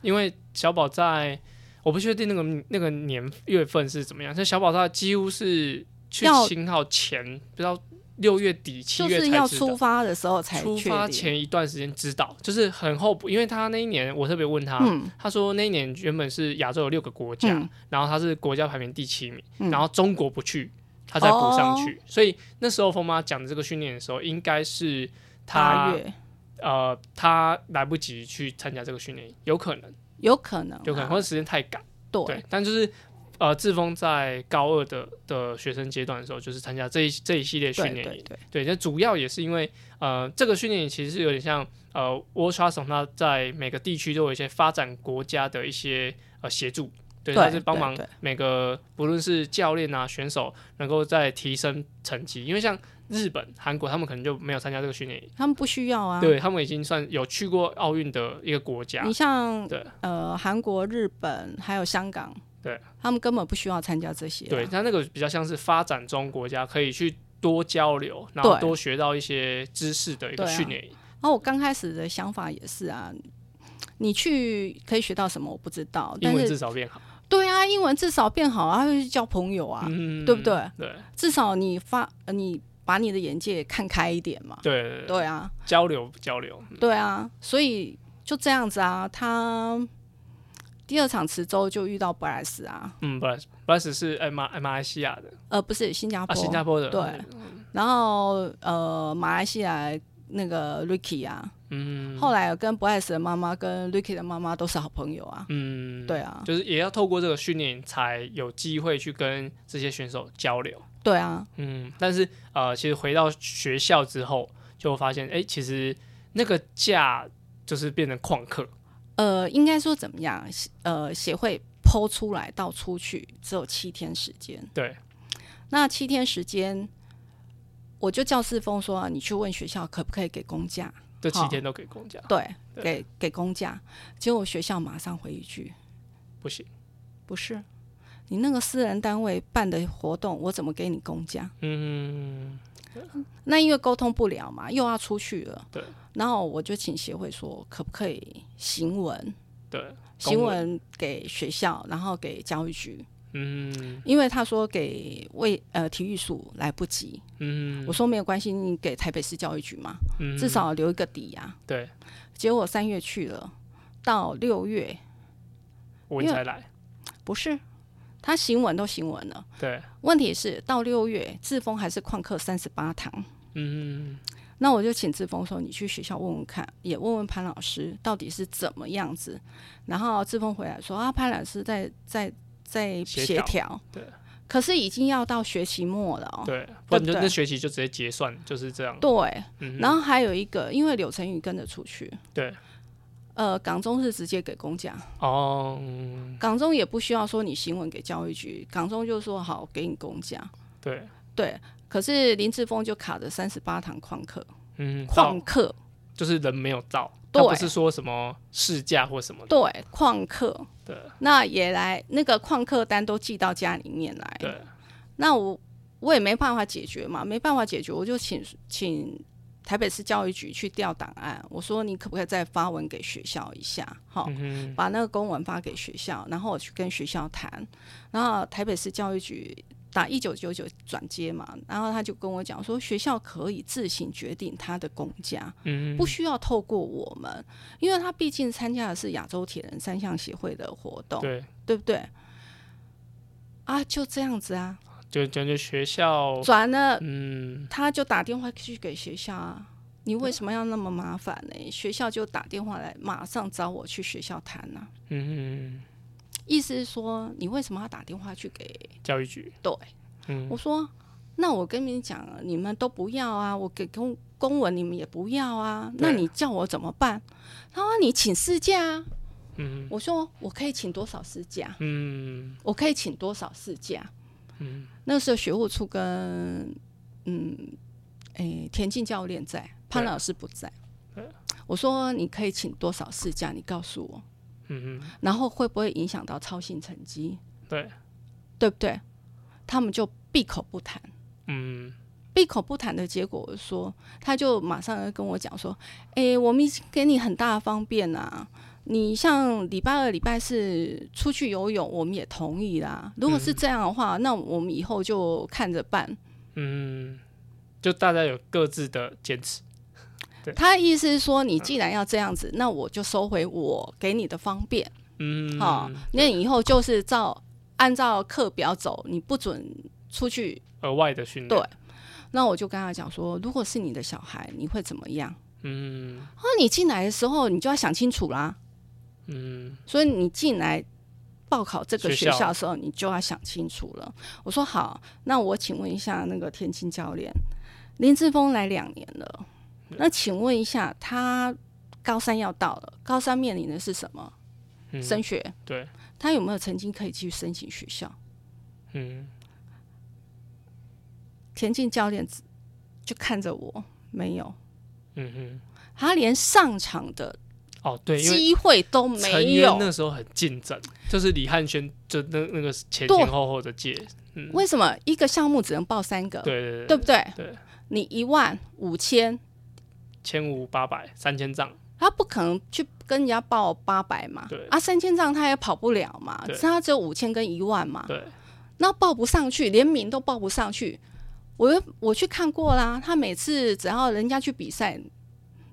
Speaker 1: 因为小宝在，我不确定那个那个年月份是怎么样，所以小宝他几乎是去
Speaker 2: 要
Speaker 1: 新号前，不知道六月底七
Speaker 2: 就
Speaker 1: 月才知
Speaker 2: 是
Speaker 1: 道
Speaker 2: 要出发的时候才
Speaker 1: 出
Speaker 2: 确
Speaker 1: 发
Speaker 2: 定，
Speaker 1: 前一段时间知道，就是很后补，因为他那一年我特别问他，
Speaker 2: 嗯
Speaker 1: 他说那一年原本是亚洲有六个国家，
Speaker 2: 嗯
Speaker 1: 然后他是国家排名第七名，
Speaker 2: 嗯哦
Speaker 1: 然后中国不去，他才补上去，所以那时候风妈讲的这个训练的时候，应该是
Speaker 2: 八
Speaker 1: 他
Speaker 2: 月
Speaker 1: 呃他来不及去参加这个训练营，有可能
Speaker 2: 有可能啊，
Speaker 1: 有可能，或者时间太赶，
Speaker 2: 对
Speaker 1: 对，但就是。呃，志峰在高二的的学生阶段的时候，就是参加这一这一系列训
Speaker 2: 对
Speaker 1: 练营
Speaker 2: 对。对，
Speaker 1: 对，那主要也是因为呃，这个训练营其实是有点像呃 w a t r a s o n 它在每个地区都有一些发展国家的一些呃协助，对，
Speaker 2: 对
Speaker 1: 它是帮
Speaker 2: 对
Speaker 1: 忙
Speaker 2: 对
Speaker 1: 每个不论是教练啊选手能够在提升成绩，因为像日本、韩国他们可能就没有参加这个训练营，
Speaker 2: 他们不需要啊。
Speaker 1: 对他们已经算有去过奥运的一个国家
Speaker 2: 你，像
Speaker 1: 对
Speaker 2: 呃韩国、日本还有香港，
Speaker 1: 对
Speaker 2: 他们根本不需要参加这些啊、
Speaker 1: 对，它那个比较像是发展中国家可以去。多交流，然后
Speaker 2: 对
Speaker 1: 多学到一些知识的一个
Speaker 2: 对啊
Speaker 1: 训练营，
Speaker 2: 然后我刚开始的想法也是啊，你去可以学到什么我不知道，
Speaker 1: 英
Speaker 2: 但
Speaker 1: 文至
Speaker 2: 是
Speaker 1: 少变好，
Speaker 2: 对啊，英文至少变好啊，会去交朋友啊，
Speaker 1: 嗯，
Speaker 2: 对不对？
Speaker 1: 对
Speaker 2: 至少你发呃你把你的眼界看开一点嘛。
Speaker 1: 对对对
Speaker 2: 对啊，
Speaker 1: 交流交流，
Speaker 2: 对啊，所以就这样子啊，他。第二场池州就遇到布莱斯啊，
Speaker 1: 嗯，布莱斯布莱斯是哎马哎马来西亚的
Speaker 2: 呃，不是新加
Speaker 1: 啊，
Speaker 2: 坡，
Speaker 1: 新加坡的，
Speaker 2: 对，然后呃，马来西亚那个 Ricky 啊，
Speaker 1: 嗯
Speaker 2: 后来有跟布莱斯的妈妈跟 Ricky 的妈妈都是好朋友啊，
Speaker 1: 嗯，
Speaker 2: 对，啊，
Speaker 1: 就是也要透过这个训练才有机会去跟这些选手交流，
Speaker 2: 对啊，
Speaker 1: 嗯，但是呃，其实回到学校之后，就发现哎、其实那个假就是变成旷课，
Speaker 2: 呃，应该说怎么样？呃，协会剖出来到出去只有七天时间，
Speaker 1: 对，
Speaker 2: 那七天时间，我就叫世峰说，啊你去问学校可不可以给公假，
Speaker 1: 这七
Speaker 2: 好
Speaker 1: 天都给公假，
Speaker 2: 对，
Speaker 1: 啊对
Speaker 2: 给给公假，结果学校马上回一句，
Speaker 1: 不行，
Speaker 2: 不是。你那个私人单位办的活动，我怎么给你公假？
Speaker 1: 嗯，
Speaker 2: 那因为沟通不了嘛，又要出去了。
Speaker 1: 对。
Speaker 2: 然后我就请协会说，可不可以行文，
Speaker 1: 对，
Speaker 2: 行
Speaker 1: 公文
Speaker 2: 文给学校，然后给教育局，
Speaker 1: 嗯
Speaker 2: 因为他说给卫呃体育署来不及。
Speaker 1: 嗯
Speaker 2: 我说没有关系，你给台北市教育局嘛，
Speaker 1: 嗯，
Speaker 2: 至少留一个底啊。
Speaker 1: 对
Speaker 2: 结果三月去了，到六月
Speaker 1: 我
Speaker 2: 因为
Speaker 1: 才来，
Speaker 2: 不是，他行文都行文了。
Speaker 1: 对，
Speaker 2: 问题是到六月，志峰还是旷课三十八堂。
Speaker 1: 嗯
Speaker 2: 那我就请志峰说，你去学校问问看，也问问潘老师到底是怎么样子。然后志峰回来说啊，潘老师在在在
Speaker 1: 协
Speaker 2: 协
Speaker 1: 调
Speaker 2: 调，
Speaker 1: 对，
Speaker 2: 可是已经要到学期末了哦。
Speaker 1: 对，不然你就
Speaker 2: 对
Speaker 1: 那学期就直接结算，就是这样，
Speaker 2: 对，
Speaker 1: 嗯
Speaker 2: 然后还有一个，因为柳成宇跟着出去，
Speaker 1: 对。
Speaker 2: 呃，港中是直接给公假，
Speaker 1: 哦，嗯
Speaker 2: 港中也不需要说你新闻给教育局，港中就说好给你公假，
Speaker 1: 对，
Speaker 2: 对。可是林志峰就卡着三十八堂旷课，
Speaker 1: 嗯，
Speaker 2: 旷
Speaker 1: 到
Speaker 2: 课，
Speaker 1: 就是人没有到，他
Speaker 2: 对
Speaker 1: 不是说什么试驾或什么的，
Speaker 2: 对，旷课，
Speaker 1: 对
Speaker 2: 那也来那个旷课单都寄到家里面来。
Speaker 1: 对，
Speaker 2: 那我我也没办法解决嘛，没办法解决，我就请请台北市教育局去调档案，我说你可不可以再发文给学校一下，好、
Speaker 1: 嗯
Speaker 2: 把那个公文发给学校，然后我去跟学校谈，然后台北市教育局。打一九九九转接嘛，然后他就跟我讲说，学校可以自行决定他的公家，
Speaker 1: 嗯，
Speaker 2: 不需要透过我们，因为他毕竟参加的是亚洲铁人三项协会的活动，
Speaker 1: 对，
Speaker 2: 对不对？啊，就这样子啊，
Speaker 1: 就就就学校，
Speaker 2: 转了
Speaker 1: 嗯，
Speaker 2: 他就打电话去给学校啊，你为什么要那么麻烦呢？学校就打电话来，马上找我去学校谈呐、
Speaker 1: 嗯，
Speaker 2: 意思是说，你为什么要打电话去给？
Speaker 1: 教育局，
Speaker 2: 对，
Speaker 1: 嗯
Speaker 2: 我说，那我跟你们讲，啊你们都不要啊，我给公公文你们也不要啊，那
Speaker 1: 对
Speaker 2: 你叫我怎么办？他说你请事假啊，
Speaker 1: 嗯
Speaker 2: 我说我可以请多少事假？
Speaker 1: 嗯
Speaker 2: 我可以请多少事假？嗯，那时候学务处跟嗯，诶、田径教练在，潘
Speaker 1: 对
Speaker 2: 老师不在。我说你可以请多少事假？你告诉我，
Speaker 1: 嗯嗯，
Speaker 2: 然后会不会影响到操行成绩？
Speaker 1: 对，
Speaker 2: 对不对？他们就闭口不谈。
Speaker 1: 嗯
Speaker 2: 闭口不谈的结果，我说他就马上跟我讲说：“诶、我们已经给你很大的方便啊，你像礼拜二、礼拜四出去游泳，我们也同意啦。如果是这样的话，那我们以后就看着办。
Speaker 1: 嗯，就大家有各自的坚持，”
Speaker 2: 他的意思是说，你既然要这样子，那我就收回我给你的方便
Speaker 1: 嗯，
Speaker 2: 哈、那你以后就是照按照课表走，你不准出去。
Speaker 1: 额外的训练，
Speaker 2: 对那我就跟他讲说，如果是你的小孩，你会怎么样？哦
Speaker 1: 嗯
Speaker 2: 那你进来的时候，你就要想清楚啦。
Speaker 1: 嗯
Speaker 2: 所以你进来报考这个学校的时候，你就要想清楚了。我说好，那我请问一下那个田青教练，林志峰来两年了，
Speaker 1: 嗯
Speaker 2: 那请问一下，他高三要到了，高三面临的是什么？
Speaker 1: 嗯
Speaker 2: 升学，
Speaker 1: 对，
Speaker 2: 他有没有曾经可以去申请学校？
Speaker 1: 嗯
Speaker 2: 田径教练只就看着我，没有，
Speaker 1: 嗯嗯，
Speaker 2: 他连上场的
Speaker 1: 哦对，因为
Speaker 2: 机会都
Speaker 1: 陈
Speaker 2: 没
Speaker 1: 渊
Speaker 2: 有。
Speaker 1: 那时候很进展，就是李汉轩就那那个前
Speaker 2: 对
Speaker 1: 前后后的届，嗯，
Speaker 2: 为什么一个项目只能报三个？
Speaker 1: 对对
Speaker 2: 呃对
Speaker 1: 对，
Speaker 2: 不对？
Speaker 1: 对
Speaker 2: 你一万五千，
Speaker 1: 千五八百三千丈，
Speaker 2: 他不可能去跟人家报八百嘛
Speaker 1: 对，
Speaker 2: 啊，三千丈他也跑不了嘛，
Speaker 1: 对
Speaker 2: 他只有五千跟一万嘛，
Speaker 1: 对，
Speaker 2: 那报不上去，连名都报不上去。我又我去看过啦，他每次只要人家去比赛，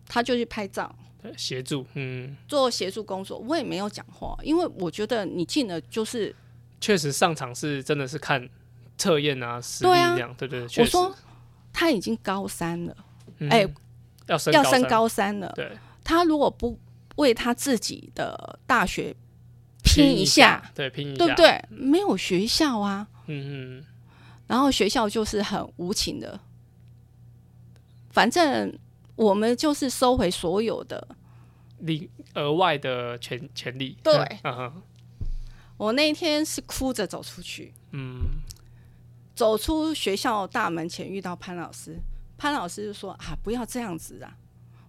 Speaker 2: 他就去拍照
Speaker 1: 对呃协助，嗯，
Speaker 2: 做协助工作，我也没有讲话，因为我觉得你进了就是
Speaker 1: 确实上场是真的是看测验啊实力
Speaker 2: 对啊
Speaker 1: 这样，对对，确
Speaker 2: 我
Speaker 1: 实
Speaker 2: 说他已经高三了，
Speaker 1: 嗯
Speaker 2: 哎
Speaker 1: 要升
Speaker 2: 要
Speaker 1: 高
Speaker 2: 升
Speaker 1: 三，
Speaker 2: 高三了，
Speaker 1: 对，
Speaker 2: 他如果不为他自己的大学
Speaker 1: 拼
Speaker 2: 拼一下，，
Speaker 1: 对，拼一下，
Speaker 2: 对不？对？没有学校啊，
Speaker 1: 嗯嗯，
Speaker 2: 然后学校就是很无情的，反正我们就是收回所有的。
Speaker 1: 另额外的权权利，
Speaker 2: 对
Speaker 1: 嗯哼，
Speaker 2: 我那一天是哭着走出去，
Speaker 1: 嗯，
Speaker 2: 走出学校大门前遇到潘老师，潘老师就说啊，不要这样子啊。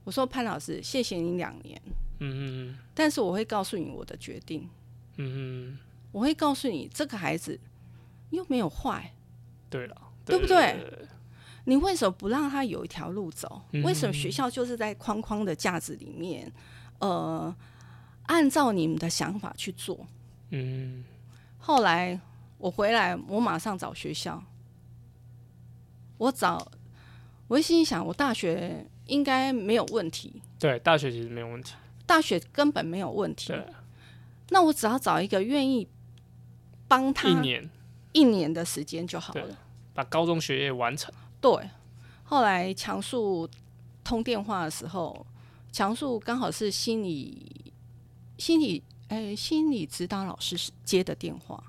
Speaker 2: 我说潘老师，谢谢你两年，
Speaker 1: 嗯嗯
Speaker 2: 但是我会告诉你我的决定，
Speaker 1: 嗯嗯，
Speaker 2: 我会告诉你这个孩子又没有坏，
Speaker 1: 对嗯了，
Speaker 2: 对不对？你为什么不让他有一条路走？为什么学校就是在框框的架子里面，呃，按照你们的想法去做？
Speaker 1: 嗯，
Speaker 2: 后来我回来，我马上找学校，我找，我心想，我大学应该没有问题，
Speaker 1: 对，大学其实没有问题，
Speaker 2: 大学根本没有问题
Speaker 1: 对。
Speaker 2: 那我只要找一个愿意帮他
Speaker 1: 一年
Speaker 2: 一年的时间就好
Speaker 1: 对
Speaker 2: 了。
Speaker 1: 把高中学业完成，
Speaker 2: 对，后来强树通电话的时候，强树刚好是心理心理诶、心理指导老师接的电话，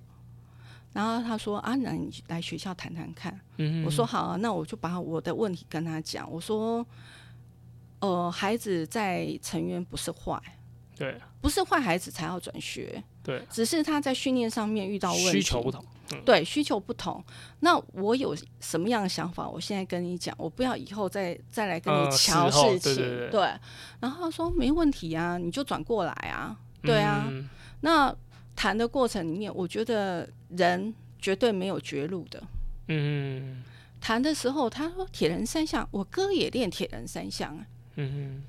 Speaker 2: 然后他说：“啊，那你来学校谈谈看。
Speaker 1: 嗯，
Speaker 2: 我说：“好、啊，那我就把我的问题跟他讲。”我说：“呃，孩子在成员不是坏，
Speaker 1: 对
Speaker 2: 不是坏孩子才要转学，
Speaker 1: 对，
Speaker 2: 只是他在训练上面遇到问题，
Speaker 1: 需求不同，
Speaker 2: 对，需求不同。那我有什么样的想法，我现在跟你讲，我不要以后再再来跟
Speaker 1: 呃
Speaker 2: 你
Speaker 1: 事
Speaker 2: 瞧
Speaker 1: 后
Speaker 2: 事
Speaker 1: 对
Speaker 2: 情。
Speaker 1: 对对
Speaker 2: 然后他说没问题啊，你就转过来啊。对啊，
Speaker 1: 嗯
Speaker 2: 那谈的过程里面，我觉得人绝对没有绝路的。
Speaker 1: 嗯
Speaker 2: 谈的时候，他说铁人三项，我哥也练铁人三项啊。
Speaker 1: 嗯嗯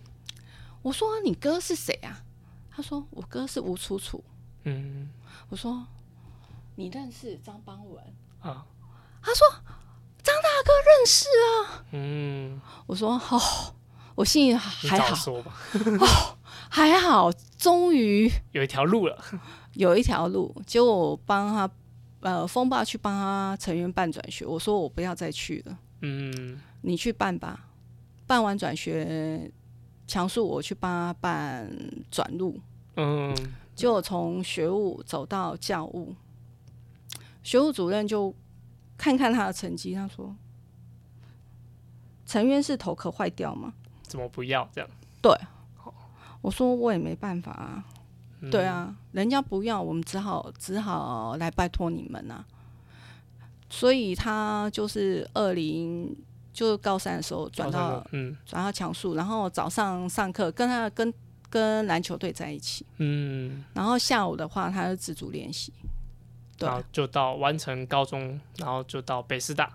Speaker 2: 我说你哥是谁啊？他说我哥是吴楚楚。
Speaker 1: 嗯
Speaker 2: 我说你认识张邦文？
Speaker 1: 啊，
Speaker 2: 认识啊。
Speaker 1: 嗯，
Speaker 2: 我说哦，我心里
Speaker 1: 你
Speaker 2: 还
Speaker 1: 早
Speaker 2: 好。
Speaker 1: 说吧，
Speaker 2: 还好，终于
Speaker 1: 有一条路了，
Speaker 2: 有一条路。结果我帮他，呃，风爸去帮他成员办转学，我说我不要再去了，
Speaker 1: 嗯
Speaker 2: 你去办吧。办完转学，强叔我去帮他办转入，
Speaker 1: 嗯
Speaker 2: 结果从学务走到教务，学务主任就看看他的成绩，他说：“成员是头壳坏掉吗
Speaker 1: 怎么不要这样？？”
Speaker 2: 我说我也没办法啊。
Speaker 1: 嗯
Speaker 2: 对，啊，人家不要，我们只好只好来拜托你们啊。所以他就是二零，就是高三的时候转
Speaker 1: 高三
Speaker 2: 到
Speaker 1: 了嗯
Speaker 2: 转到强树，然后早上上课跟他跟跟篮球队在一起，
Speaker 1: 嗯，
Speaker 2: 然后下午的话他就自主练习。对
Speaker 1: 然，后就到完成高中，然后就到北师大，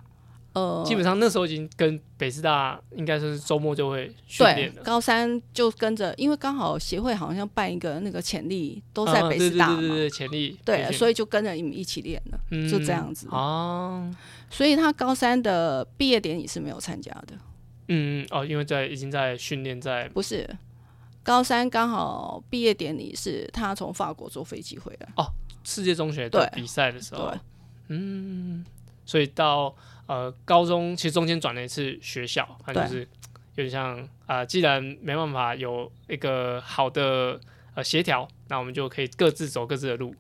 Speaker 2: 呃，
Speaker 1: 基本上那时候已经跟北师大应该是周末就会训
Speaker 2: 对
Speaker 1: 练了，，
Speaker 2: 高三就跟着，因为刚好协会好像办一个那个潜力都在
Speaker 1: 嗯
Speaker 2: 北
Speaker 1: 对
Speaker 2: 师大嘛，
Speaker 1: 对对对对，潜力
Speaker 2: 对，所
Speaker 1: 以
Speaker 2: 以就跟着你们一起练了，就这样子。
Speaker 1: 啊，
Speaker 2: 所以他高三的毕业典礼是没有参加的。
Speaker 1: 嗯哦，因为在已经在训练在
Speaker 2: 不是，高三刚好毕业典礼是他从法国坐飞机回来，
Speaker 1: 世界中学
Speaker 2: 对
Speaker 1: 的比赛的时候
Speaker 2: 对，
Speaker 1: 嗯，所以到呃高中其实中间转了一次学校，它就
Speaker 2: 对
Speaker 1: 是有点像啊、既然没办法有一个好的呃协调，那我们就可以各自走各自的路，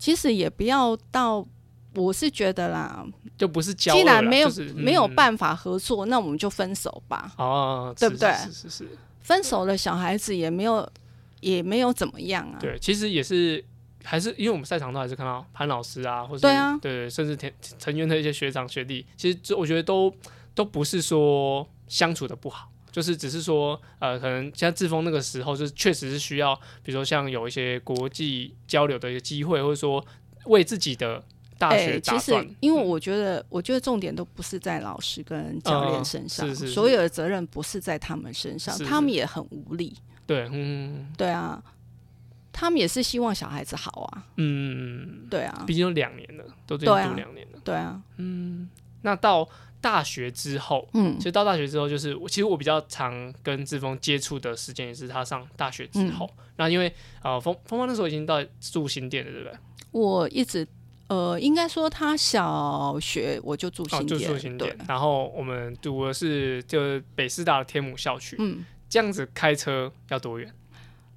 Speaker 2: 其实也不要到，我是觉得啦，
Speaker 1: 就不是交恶啦，
Speaker 2: 既然没有、
Speaker 1: 就是
Speaker 2: 没有
Speaker 1: 嗯
Speaker 2: 办法合作，那我们就分手吧。
Speaker 1: 哦，
Speaker 2: 对
Speaker 1: 是
Speaker 2: 不对
Speaker 1: 是是是是，
Speaker 2: 分手了，小孩子也没有也没有怎么样啊。
Speaker 1: 对，其实也是。还是因为我们赛场都还是看到潘老师啊，或者
Speaker 2: 对啊
Speaker 1: 对，甚至田成员的一些学长学弟，其实这我觉得都都不是说相处的不好，就是只是说呃，可能像志峰那个时候，就是确实是需要，比如说像有一些国际交流的一个机会，或者说为自己的大学打
Speaker 2: 哎
Speaker 1: 嗯
Speaker 2: 其
Speaker 1: 算。
Speaker 2: 实因为我觉得，我觉得重点都不是在老师跟教练身上，
Speaker 1: 嗯是是是
Speaker 2: 所有的责任不是在他们身上，
Speaker 1: 是是
Speaker 2: 他们也很无力。
Speaker 1: 对，嗯
Speaker 2: 对啊，他们也是希望小孩子好啊。
Speaker 1: 嗯，
Speaker 2: 对啊，
Speaker 1: 毕竟都两年了，都最近
Speaker 2: 对啊
Speaker 1: 读两年了。
Speaker 2: 对啊，
Speaker 1: 那到大学之后，
Speaker 2: 嗯
Speaker 1: 其实到大学之后，就是我其实我比较常跟志峰接触的时间也是他上大学之后。
Speaker 2: 嗯
Speaker 1: 那因为呃，峰峰峰那时候已经到住新店
Speaker 2: 哦
Speaker 1: 了，对不对？
Speaker 2: 我一直呃，应该说他小学我就住
Speaker 1: 哦，
Speaker 2: 新
Speaker 1: 就
Speaker 2: 店，
Speaker 1: 住新
Speaker 2: 对
Speaker 1: 店，。然后我们读的是就是北师大的天母校区。
Speaker 2: 嗯
Speaker 1: 这样子开车要多远？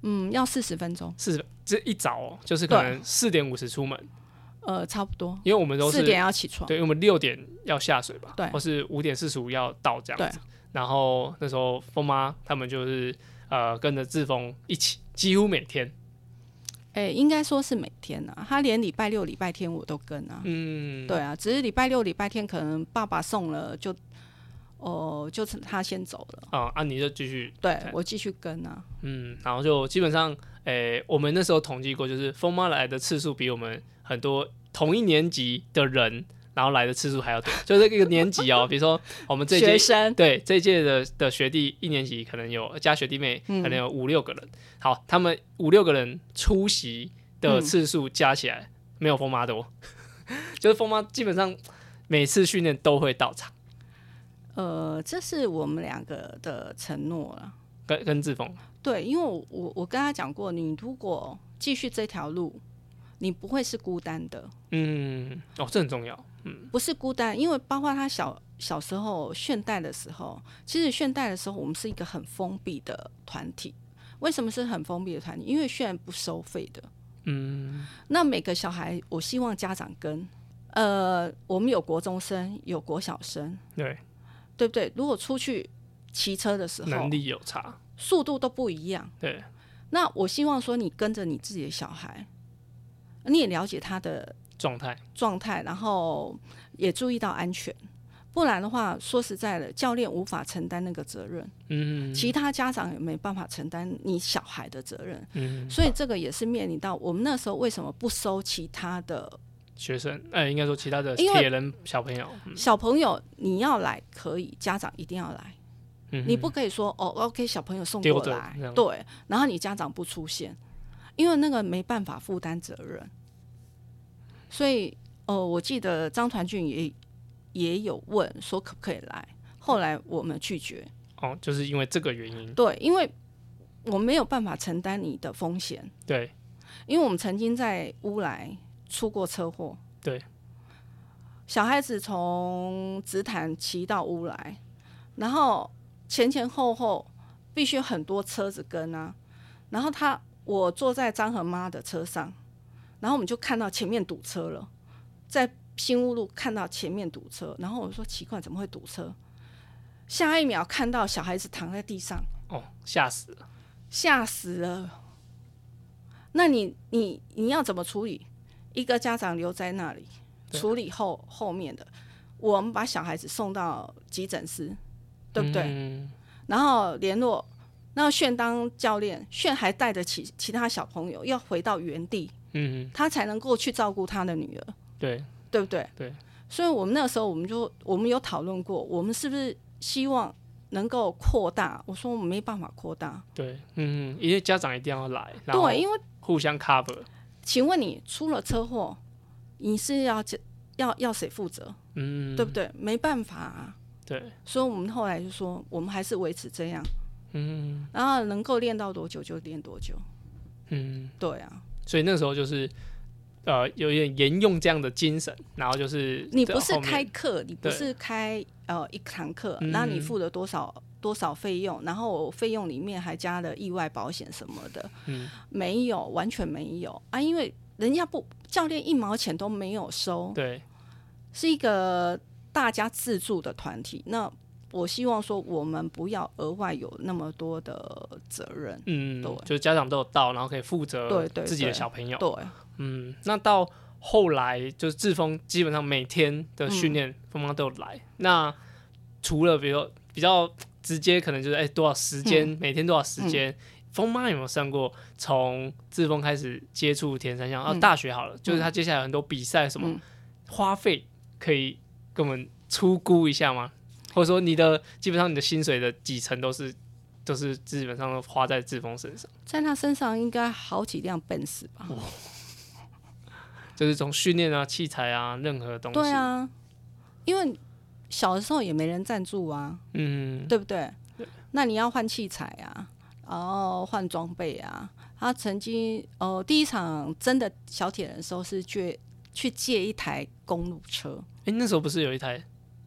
Speaker 2: 嗯，要四十分钟，
Speaker 1: 是这一早、哦、就是可能四点五十出门，
Speaker 2: 呃，差不多
Speaker 1: 因为我们都是
Speaker 2: 四点要起床。
Speaker 1: 对，因为我们六点要下水吧，
Speaker 2: 对
Speaker 1: 或是五点四十五要到这样子。然后那时候风妈他们就是呃跟着志峰一起，几乎每天，
Speaker 2: 哎、应该说是每天啊，他连礼拜六、礼拜天我都跟啊。
Speaker 1: 嗯，
Speaker 2: 对啊，只是礼拜六、礼拜天可能爸爸送了就，哦、就是他先走了，
Speaker 1: 啊、安妮就继续，
Speaker 2: 对我继续跟啊，
Speaker 1: 嗯，然后就基本上，诶、我们那时候统计过，就是风妈来的次数比我们很多同一年级的人，然后来的次数还要多，就是这个年级哦，比如说我们这一届
Speaker 2: 学生
Speaker 1: 对这一届的的学弟，一年级可能有加学弟妹，可能有五六个人。好，他们五六个人出席的次数加起来、没有风妈多， 就是风妈基本上每次训练都会到场，
Speaker 2: 呃，这是我们两个的承诺了。
Speaker 1: 跟跟志峰
Speaker 2: 对，因为我我我跟他讲过，你如果继续这条路，你不会是孤单的，
Speaker 1: 嗯，哦，这很重要，
Speaker 2: 不是孤单，因为包括他小小时候炫带的时候，其实炫带的时候我们是一个很封闭的团体。为什么是很封闭的团体？因为炫不收费的。
Speaker 1: 嗯
Speaker 2: 那每个小孩，我希望家长跟，呃，我们有国中生，有国小生，
Speaker 1: 对，
Speaker 2: 对不对？如果出去骑车的时候
Speaker 1: 能，力有差，
Speaker 2: 速度都不一样。
Speaker 1: 对，
Speaker 2: 那我希望说，你跟着你自己的小孩，你也了解他的
Speaker 1: 状态
Speaker 2: 状态，然后也注意到安全。不然的话，说实在的，教练无法承担那个责任，
Speaker 1: 嗯
Speaker 2: 其他家长也没办法承担你小孩的责任，
Speaker 1: 嗯，
Speaker 2: 所以这个也是面临到我们那时候为什么不收其他的
Speaker 1: 学生，哎、应该说其他的
Speaker 2: 因为
Speaker 1: 铁人小朋友，嗯
Speaker 2: 小朋友你要来可以，家长一定要来，
Speaker 1: 嗯哼
Speaker 2: 你不可以说哦，OK，小朋友送
Speaker 1: 丢
Speaker 2: 过
Speaker 1: 着
Speaker 2: 来
Speaker 1: 这样，
Speaker 2: 对，然后你家长不出现，因为那个没办法负担责任。所以，呃，我记得张传俊也也有问说可不可以来，后来我们拒绝，
Speaker 1: 哦，就是因为这个原因，
Speaker 2: 对，因为我没有办法承担你的风险，
Speaker 1: 对，
Speaker 2: 因为我们曾经在乌来出过车祸，
Speaker 1: 对，
Speaker 2: 小孩子从紫檀骑到乌来，然后前前后后必须很多车子跟啊，然后他我坐在张和妈的车上，然后我们就看到前面堵车了，在新屋路看到前面堵车，然后我说奇怪怎么会堵车，下一秒看到小孩子躺在地上。
Speaker 1: 哦，吓死了，
Speaker 2: 吓死了。那你你你要怎么处理？一个家长留在那里
Speaker 1: 对
Speaker 2: 处理后后面的，我们把小孩子送到急诊室，对不对？
Speaker 1: 嗯
Speaker 2: 然后联络，那炫当教练，炫还带着其其他小朋友要回到原地，
Speaker 1: 嗯，
Speaker 2: 他才能够去照顾他的女儿，
Speaker 1: 对，
Speaker 2: 对不对？
Speaker 1: 对。
Speaker 2: 所以我们那时候我们就我们有讨论过，我们是不是希望能够扩大？我说我们没办法扩大，
Speaker 1: 对，嗯，因为家长一定要来，然后
Speaker 2: 对，因为。
Speaker 1: 互相 cover，
Speaker 2: 请问你出了车祸，你是要这要要谁负责，
Speaker 1: 嗯，
Speaker 2: 对不对？没办法、啊，
Speaker 1: 对，
Speaker 2: 所以我们后来就说，我们还是维持这样，嗯，然后能够练到多久就练多久，
Speaker 1: 嗯，
Speaker 2: 对啊，
Speaker 1: 所以那时候就是呃，有点沿用这样的精神，然后就是
Speaker 2: 你
Speaker 1: 在
Speaker 2: 不是
Speaker 1: 后面
Speaker 2: 开课，你不
Speaker 1: 对
Speaker 2: 是开呃一堂课，
Speaker 1: 嗯
Speaker 2: 那你付了多少多少费用，然后费用里面还加了意外保险什么的，
Speaker 1: 嗯
Speaker 2: 没有，完全没有啊，因为人家不教练一毛钱都没有收，
Speaker 1: 对，
Speaker 2: 是一个大家自助的团体。那我希望说，我们不要额外有那么多的责任。
Speaker 1: 嗯，
Speaker 2: 对
Speaker 1: 就是家长都有到，然后可以负责
Speaker 2: 对对
Speaker 1: 自己的
Speaker 2: 对
Speaker 1: 小朋友。
Speaker 2: 对，
Speaker 1: 嗯，那到后来就是志峰基本上每天的训练，峰妈都有来。那除了比如说比较直接，可能就是哎、多少时间，
Speaker 2: 嗯
Speaker 1: 每天多少时间。峰妈有没有算过从志峰开始接触田三项？啊，
Speaker 2: 嗯
Speaker 1: 大学好了，就是他接下来有很多比赛什么、
Speaker 2: 嗯
Speaker 1: 花费，可以跟我们出估一下吗？或者说你的基本上你的薪水的几成都是都是基本上都花在志峰身上？
Speaker 2: 在他身上应该好几辆奔驰吧？
Speaker 1: 就是从训练啊、器材啊、任何东西。
Speaker 2: 对，啊，因为小的时候也没人赞助啊，
Speaker 1: 嗯，
Speaker 2: 对不对？那你要换器材啊，然后换装备啊。他曾经呃，第一场真的小铁人的时候是借去借一台公路车，
Speaker 1: 哎、那时候不是有一台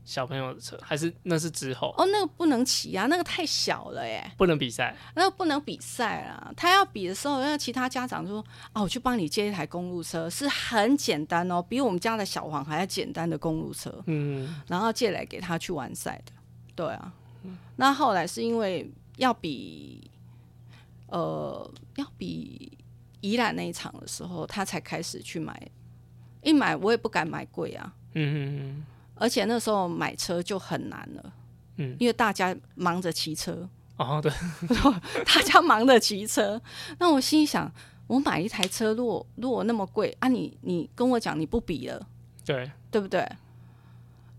Speaker 1: 小朋友的车，还是那是之后
Speaker 2: 哦，那个不能骑啊，那个太小了耶，
Speaker 1: 不能比赛？
Speaker 2: 那个不能比赛啦。他要比的时候，那其他家长就说：“哦，我去帮你借一台公路车，是很简单哦，比我们家的小黄还要简单的公路车。”
Speaker 1: 嗯，
Speaker 2: 然后借来给他去完赛的。对啊，那后来是因为要比，呃，要比宜兰那一场的时候，他才开始去买。一买我也不敢买贵啊，
Speaker 1: 嗯
Speaker 2: 而且那时候买车就很难了。
Speaker 1: 嗯
Speaker 2: 因为大家忙着骑车，
Speaker 1: 哦对，
Speaker 2: 大家忙着骑车。那我心里想，我买一台车，如果如果那么贵啊你，你跟我讲你不比了，
Speaker 1: 对，
Speaker 2: 对不对？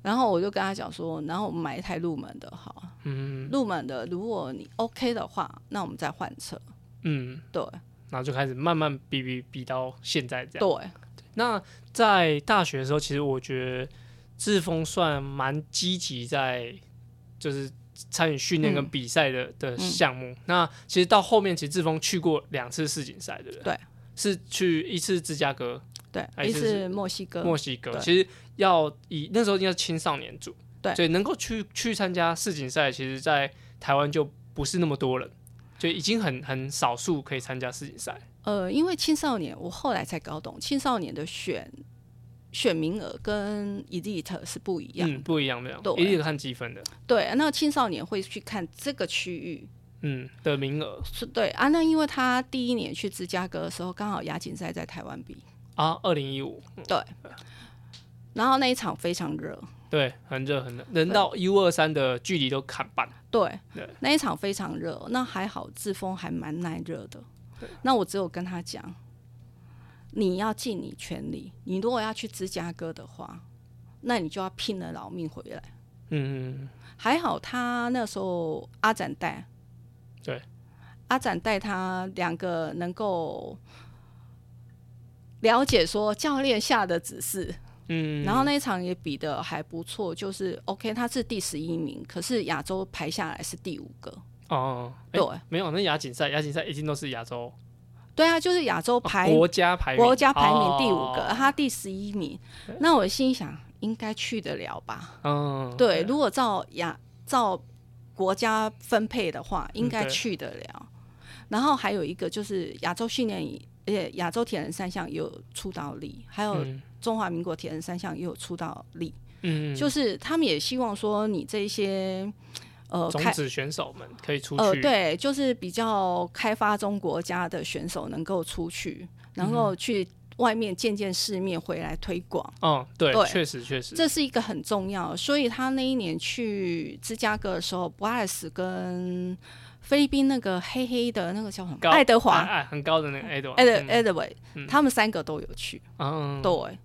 Speaker 2: 然后我就跟他讲说，然后我们买一台入门的好，
Speaker 1: 嗯
Speaker 2: 入门的，如果你 OK 的话，那我们再换车。
Speaker 1: 嗯，
Speaker 2: 对
Speaker 1: 然后就开始慢慢比比比到现在这样。
Speaker 2: 对，
Speaker 1: 那在大学的时候，其实我觉得志峰算蛮积极在，就是参与训练跟比赛的、的项目。那其实到后面，其实志峰去过两次世锦赛，对不对？
Speaker 2: 对，
Speaker 1: 是去一次芝加哥、还是
Speaker 2: 对，一
Speaker 1: 是
Speaker 2: 是墨西哥，
Speaker 1: 墨西哥。
Speaker 2: 对
Speaker 1: 其实要以那时候应该是青少年组，
Speaker 2: 对
Speaker 1: 所以能够去去参加世锦赛，其实在台湾就不是那么多人，就已经很很少数可以参加世锦赛。
Speaker 2: 呃，因为青少年，我后来才搞懂，青少年的选选名额跟 elite 是不一样。
Speaker 1: 嗯，不一样，不一样
Speaker 2: 对，
Speaker 1: 一定有看积分的，
Speaker 2: 对，那青少年会去看这个区域，
Speaker 1: 嗯，的名额。
Speaker 2: 是对啊。那因为他第一年去芝加哥的时候，刚好亚锦赛在台湾比，
Speaker 1: 啊，二零一五，
Speaker 2: 然后那一场非常热，
Speaker 1: 对，很热很热，人到 U 二三的距离都砍半，
Speaker 2: 对
Speaker 1: 对，
Speaker 2: 那一场非常热，那还好志峰还蛮耐热的。那我只有跟他讲，你要尽你全力，你如果要去芝加哥的话，那你就要拼了老命回来。
Speaker 1: 嗯，
Speaker 2: 还好他那时候阿展带，
Speaker 1: 对，
Speaker 2: 阿展带他两个能够了解说教练下的指示，
Speaker 1: 嗯，
Speaker 2: 然后那一场也比的还不错，就是 OK，他是第十一名，可是亚洲排下来是第五个，
Speaker 1: 哦，哎
Speaker 2: 对。
Speaker 1: 没有，那亚锦赛，亚锦赛一定都是亚洲
Speaker 2: 对啊，就是亚洲排、
Speaker 1: 国家排名
Speaker 2: 国家排名第五个，
Speaker 1: 哦
Speaker 2: 他第十一名。那我心想，应该去得了吧？
Speaker 1: 嗯，
Speaker 2: 对，如果照亚照国家分配的话，应
Speaker 1: 嗯
Speaker 2: 该
Speaker 1: 对
Speaker 2: 去得了。然后还有一个就是亚洲训练营，而且亚洲铁人三项也有出道力，还有
Speaker 1: 嗯
Speaker 2: 中华民国铁人三项也有出道力，
Speaker 1: 嗯，
Speaker 2: 就是他们也希望说你这一些呃
Speaker 1: 种
Speaker 2: 开
Speaker 1: 子选手们可以出
Speaker 2: 呃，
Speaker 1: 去，
Speaker 2: 对，就是比较开发中国家的选手能够出去，然后去外面见见世面，回来推广，
Speaker 1: 嗯，对，
Speaker 2: 对
Speaker 1: 确实确实，哎
Speaker 2: 这是一个很重要。所以他那一年去芝加哥的时候，博爱斯跟菲律宾那个黑黑的那个叫什么
Speaker 1: 高
Speaker 2: 爱德
Speaker 1: 哎
Speaker 2: 华。
Speaker 1: 哎很高的那个 e d w a
Speaker 2: 艾
Speaker 1: r
Speaker 2: 德艾德维，他们三个都有去。
Speaker 1: 嗯，
Speaker 2: 哎对，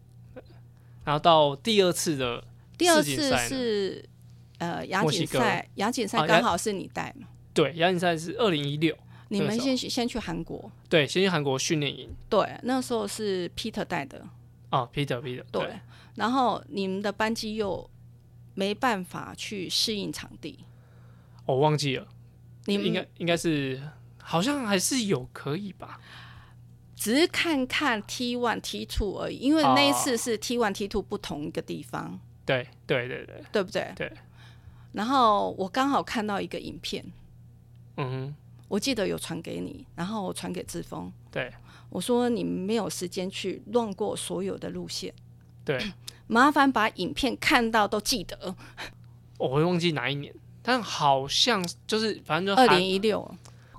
Speaker 1: 然后到第二次的
Speaker 2: 第二
Speaker 1: 世锦
Speaker 2: 次
Speaker 1: 赛呢
Speaker 2: 是呃亚
Speaker 1: 墨
Speaker 2: 锦
Speaker 1: 西哥
Speaker 2: 赛，亚锦
Speaker 1: 啊
Speaker 2: 赛
Speaker 1: 亚
Speaker 2: 刚好是你带嘛，
Speaker 1: 对亚锦赛是二零一六，
Speaker 2: 你
Speaker 1: 那
Speaker 2: 们
Speaker 1: 时候
Speaker 2: 先去先去韩国。
Speaker 1: 对，先去韩国训练营
Speaker 2: 对，那时候是 Peter 带的，
Speaker 1: 啊，Peter Peter，
Speaker 2: 对，，然后你们的班机又没办法去适应场地，
Speaker 1: 我忘记了，
Speaker 2: 你
Speaker 1: 应
Speaker 2: 们
Speaker 1: 该应该是好像还是有可以吧，
Speaker 2: 只是看看 T one T two 而已，因为那一次
Speaker 1: 哦
Speaker 2: 是 T one T two 不同一个地方，
Speaker 1: 对对对对，
Speaker 2: 对不对？
Speaker 1: 对。
Speaker 2: 然后我刚好看到一个影片，
Speaker 1: 嗯哼。
Speaker 2: 我记得有传给你，然后我传给志峰，
Speaker 1: 对
Speaker 2: 我说你没有时间去乱过所有的路线，
Speaker 1: 对，
Speaker 2: 麻烦把影片看到都记得。
Speaker 1: 我会忘记哪一年，但好像就是反正就
Speaker 2: 二
Speaker 1: 韩
Speaker 2: 零一六，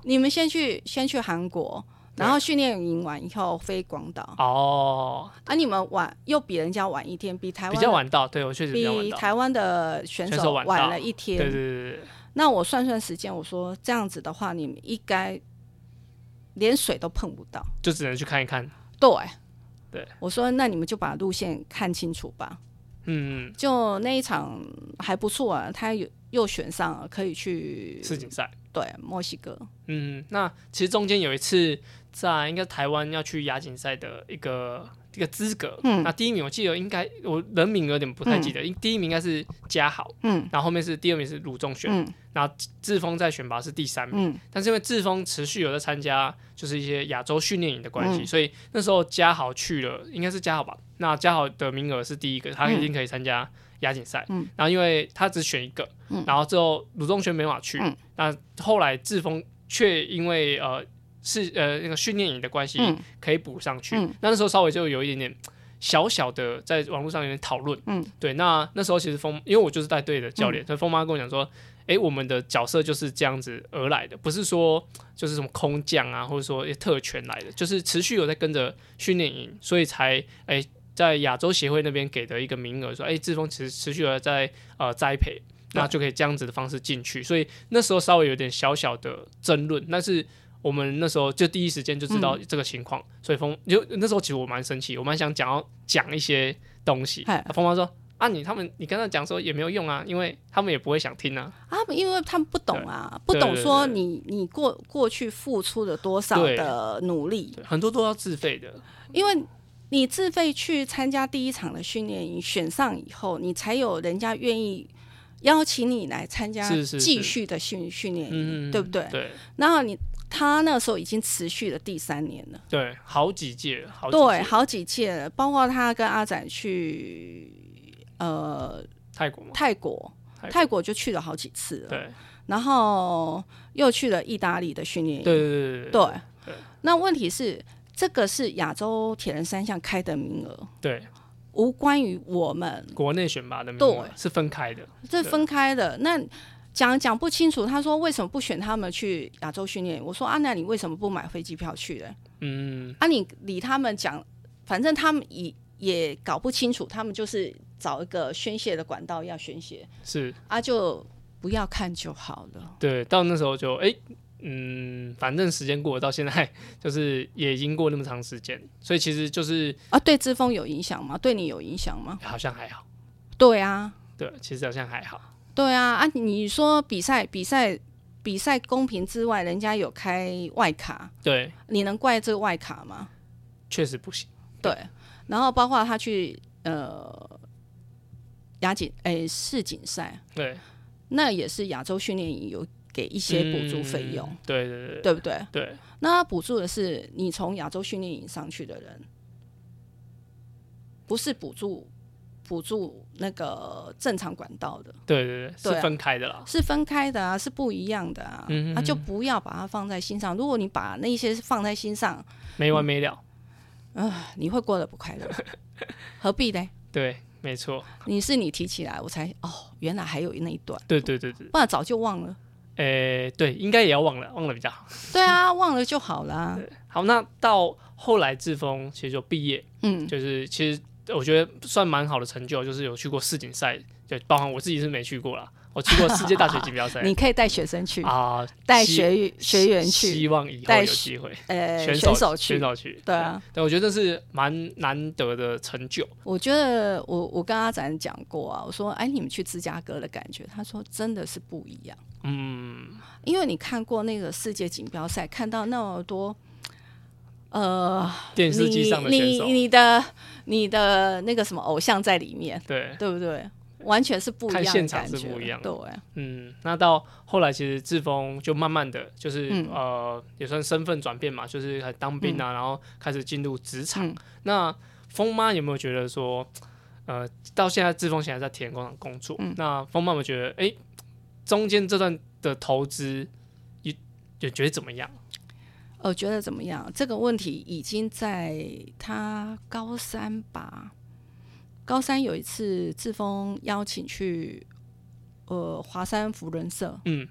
Speaker 2: 你们先去先去韩国，然后训练营完以后飞广岛，
Speaker 1: 哦，
Speaker 2: 啊，你们晚又比人家晚一天，比台湾
Speaker 1: 比
Speaker 2: 的
Speaker 1: 较晚到，对我确实比较晚
Speaker 2: 比
Speaker 1: 到，
Speaker 2: 台湾的选
Speaker 1: 选手
Speaker 2: 手
Speaker 1: 晚
Speaker 2: 晚
Speaker 1: 到
Speaker 2: 了一天。
Speaker 1: 对对对对，
Speaker 2: 那我算算时间，我说这样子的话，你们应该连水都碰不到。
Speaker 1: 就只能去看一看，
Speaker 2: 对，
Speaker 1: 对，
Speaker 2: 我说那你们就把路线看清楚吧。
Speaker 1: 嗯，
Speaker 2: 就那一场还不错啊，他有又选上了，可以去
Speaker 1: 世锦嗯赛，
Speaker 2: 对墨西哥。
Speaker 1: 嗯，那其实中间有一次在应该台湾要去亚锦赛的一个一个资格，
Speaker 2: 嗯
Speaker 1: 那第一名我记得应该我人名有点不太记得，因第一名应该是嘉豪，
Speaker 2: 嗯
Speaker 1: 然后后面是第二名是鲁仲选，
Speaker 2: 嗯
Speaker 1: 然后志峰在选拔是第三名，
Speaker 2: 嗯
Speaker 1: 但是因为志峰持续有在参加就是一些亚洲训练营的关系，
Speaker 2: 嗯
Speaker 1: 所以那时候嘉豪去了，应该是嘉豪吧？那嘉豪的名额是第一个，他一定可以参加亚锦赛。
Speaker 2: 嗯
Speaker 1: 然后因为他只选一个，
Speaker 2: 嗯
Speaker 1: 然后之后鲁仲轩没办法去，
Speaker 2: 嗯
Speaker 1: 那后来志峰却因为呃是呃那个训练营的关系
Speaker 2: 嗯
Speaker 1: 可以补上去。
Speaker 2: 嗯
Speaker 1: 那那时候稍微就有一点点。小小的在网络上有点讨论，
Speaker 2: 嗯，
Speaker 1: 对。那那时候其实风，因为我就是带队的教练，所以风妈跟我讲说，诶，我们的角色就是这样子而来的，不是说就是什么空降啊，或者说一些特权来的，就是持续有在跟着训练营，所以才诶在亚洲协会那边给的一个名额，说诶，志峰其实持续有在呃栽培，
Speaker 2: 对
Speaker 1: 那就可以这样子的方式进去，所以那时候稍微有点小小的争论，但是。我们那时候就第一时间就知道
Speaker 2: 嗯
Speaker 1: 这个情况，所以风就那时候其实我蛮生气，我蛮想讲要讲一些东西。
Speaker 2: 嗨
Speaker 1: 啊风妈说啊你他们你跟他讲说也没有用啊，因为他们也不会想听啊。
Speaker 2: 啊，因为他们不懂啊，不
Speaker 1: 对
Speaker 2: 懂
Speaker 1: 对
Speaker 2: 说
Speaker 1: 对
Speaker 2: 你你过过去付出了多少
Speaker 1: 对
Speaker 2: 的努力，
Speaker 1: 对，很多都要自费的。
Speaker 2: 因为你自费去参加第一场的训练营，选上以后，你才有人家愿意邀请你来参加
Speaker 1: 是是是
Speaker 2: 继续的训训练
Speaker 1: 嗯
Speaker 2: 营，对不对？
Speaker 1: 对
Speaker 2: 然后你他那时候已经持续了第三年了，
Speaker 1: 对，好几届，好几届
Speaker 2: 对，好几届了，包括他跟阿展去呃
Speaker 1: 泰国嘛，
Speaker 2: 泰国，
Speaker 1: 泰国
Speaker 2: 泰国就去了好几次了，
Speaker 1: 对
Speaker 2: 然后又去了意大利的训练营，
Speaker 1: 对对对对
Speaker 2: 对那问题是，这个是亚洲铁人三项开的名额，
Speaker 1: 对，对
Speaker 2: 无关于我们，
Speaker 1: 国内选拔的名额
Speaker 2: 对
Speaker 1: 是分开的，
Speaker 2: 这
Speaker 1: 对
Speaker 2: 分开的。那讲讲不清楚，他说为什么不选他们去亚洲训练营？我说啊，那你为什么不买飞机票去嘞？
Speaker 1: 嗯，
Speaker 2: 啊，你理他们讲，反正他们也也搞不清楚，他们就是找一个宣泄的管道要宣泄
Speaker 1: 是
Speaker 2: 啊，就不要看就好了。
Speaker 1: 对。到那时候就哎、嗯，反正时间过了，到现在 就是也已经过那么长时间，所以其实就是
Speaker 2: 啊，对之峰有影响吗？对你有影响吗？
Speaker 1: 好像还好，
Speaker 2: 对啊，
Speaker 1: 对，其实好像还好，
Speaker 2: 对啊，啊，你说比赛比赛比赛公平之外，人家有开外卡，
Speaker 1: 对，
Speaker 2: 你能怪这个外卡吗？
Speaker 1: 确实不行，
Speaker 2: 对，然后包括他去呃亚锦诶世锦赛，
Speaker 1: 对，
Speaker 2: 那也是亚洲训练营有给一些补助费用，
Speaker 1: 嗯对对对
Speaker 2: 对不对？
Speaker 1: 对，
Speaker 2: 那他补助的是你从亚洲训练营上去的人，不是补助补助那个正常管道的。
Speaker 1: 对对对，
Speaker 2: 对
Speaker 1: 是
Speaker 2: 啊
Speaker 1: 分开的啦，
Speaker 2: 是分开的啊，是不一样的啊，
Speaker 1: 嗯哼
Speaker 2: 啊就不要把它放在心上。如果你把那些放在心上，
Speaker 1: 没完没了，
Speaker 2: 啊，你会过得不快 乐，何必呢？
Speaker 1: 对，没错，
Speaker 2: 你是你提起来，我才哦，原来还有那一段，
Speaker 1: 对对对对，
Speaker 2: 不然早就忘了。
Speaker 1: 诶、对，应该也要忘了，忘了比较好。
Speaker 2: 对啊，忘了就好 啦。
Speaker 1: 好，那到后来志峰其实就毕业，
Speaker 2: 嗯，
Speaker 1: 就是其实我觉得算蛮好的成就，就是有去过世锦赛，就包含我自己是没去过啦，我去过世界大学锦标赛
Speaker 2: 你可以带学生去，
Speaker 1: 啊，
Speaker 2: 带
Speaker 1: 希
Speaker 2: 学员学员
Speaker 1: 希
Speaker 2: 去，
Speaker 1: 望以后
Speaker 2: 带
Speaker 1: 有
Speaker 2: 学
Speaker 1: 机会手
Speaker 2: 呃，选手去
Speaker 1: 选。手去，
Speaker 2: 对啊
Speaker 1: 对，我觉得这是蛮难得的成就，
Speaker 2: 我觉得我我跟阿展讲过啊，我说哎，你们去芝加哥的感觉，他说真的是不一样。
Speaker 1: 嗯，
Speaker 2: 因为你看过那个世界锦标赛，看到那么多，呃，
Speaker 1: 电视机上的选
Speaker 2: 你
Speaker 1: 手
Speaker 2: 你，你的你的那个什么偶像在里面，
Speaker 1: 对，
Speaker 2: 对不对？完全是不一样
Speaker 1: 看
Speaker 2: 的
Speaker 1: 现场
Speaker 2: 感觉
Speaker 1: 是不一样的
Speaker 2: 对，
Speaker 1: 嗯，那到后来，其实志峰就慢慢的就是、
Speaker 2: 嗯
Speaker 1: 呃，也算身份转变嘛，就是开始当兵啊，然后开始进入职场。
Speaker 2: 嗯
Speaker 1: 那峰妈有没有觉得说，呃，到现在志峰现在在铁人工厂工作，
Speaker 2: 嗯
Speaker 1: 那峰妈有没有觉得，哎、中间这段的投资，也也觉得怎么样？
Speaker 2: 呃，觉得怎么样？这个问题已经在他高三吧，高三有一次志峰邀请去呃华山福伦社，
Speaker 1: 嗯，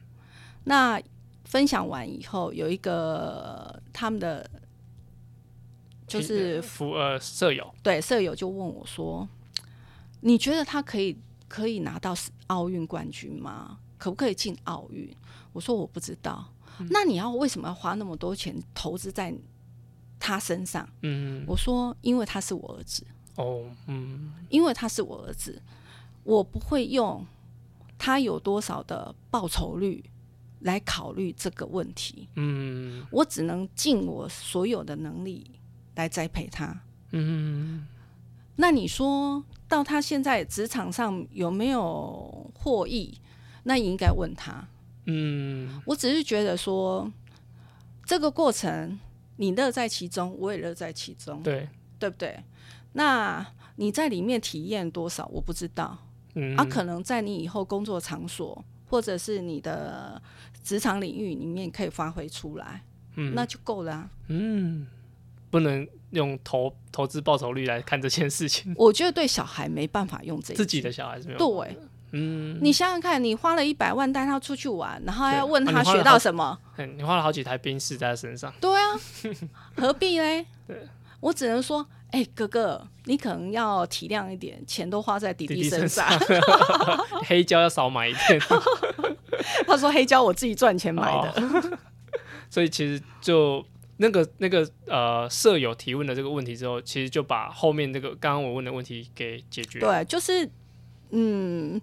Speaker 2: 那分享完以后，有一个他们的就是
Speaker 1: 服呃舍友，
Speaker 2: 对舍友就问我说：“你觉得他可以可以拿到奥运冠军吗？可不可以进奥运？”我说：“我不知道。那你要为什么要花那么多钱投资在他身上？
Speaker 1: 嗯，
Speaker 2: 我说：“因为他是我儿子，
Speaker 1: 哦，嗯
Speaker 2: 因为他是我儿子，我不会用他有多少的报酬率来考虑这个问题，
Speaker 1: 嗯
Speaker 2: 我只能尽我所有的能力来栽培他。
Speaker 1: 嗯
Speaker 2: 那你说到他现在职场上有没有获益？那你应该问他。
Speaker 1: 嗯
Speaker 2: 我只是觉得说，这个过程你乐在其中，我也乐在其中，
Speaker 1: 对，
Speaker 2: 对不对？那你在里面体验多少，我不知道。
Speaker 1: 嗯
Speaker 2: 啊，可能在你以后工作场所或者是你的职场领域里面可以发挥出来，
Speaker 1: 嗯
Speaker 2: 那就够了、啊。
Speaker 1: 嗯不能用投投资报酬率来看这件事情，
Speaker 2: 我觉得对小孩没办法用这一
Speaker 1: 自己
Speaker 2: 句
Speaker 1: 的小孩是没有，
Speaker 2: 对。
Speaker 1: 嗯，
Speaker 2: 你想想看，你花了一百万带他出去玩，然后
Speaker 1: 对
Speaker 2: 要问
Speaker 1: 啊
Speaker 2: 他
Speaker 1: 你花了
Speaker 2: 学
Speaker 1: 好
Speaker 2: 到什么？
Speaker 1: 嗯你花了好几台冰室在他身上，
Speaker 2: 对啊， 何必嘞？我只能说，哎、哥哥，你可能要体谅一点，钱都花在弟
Speaker 1: 弟弟
Speaker 2: 身
Speaker 1: 身
Speaker 2: 上。哦
Speaker 1: 黑胶要少买一点，
Speaker 2: 他说黑胶我自己赚钱 买的，
Speaker 1: 的。哦 所以其实就那个那个呃舍友提问的这个问题之后，其实就把后面这个刚刚我问的问题给解决。，
Speaker 2: 对，就是，嗯，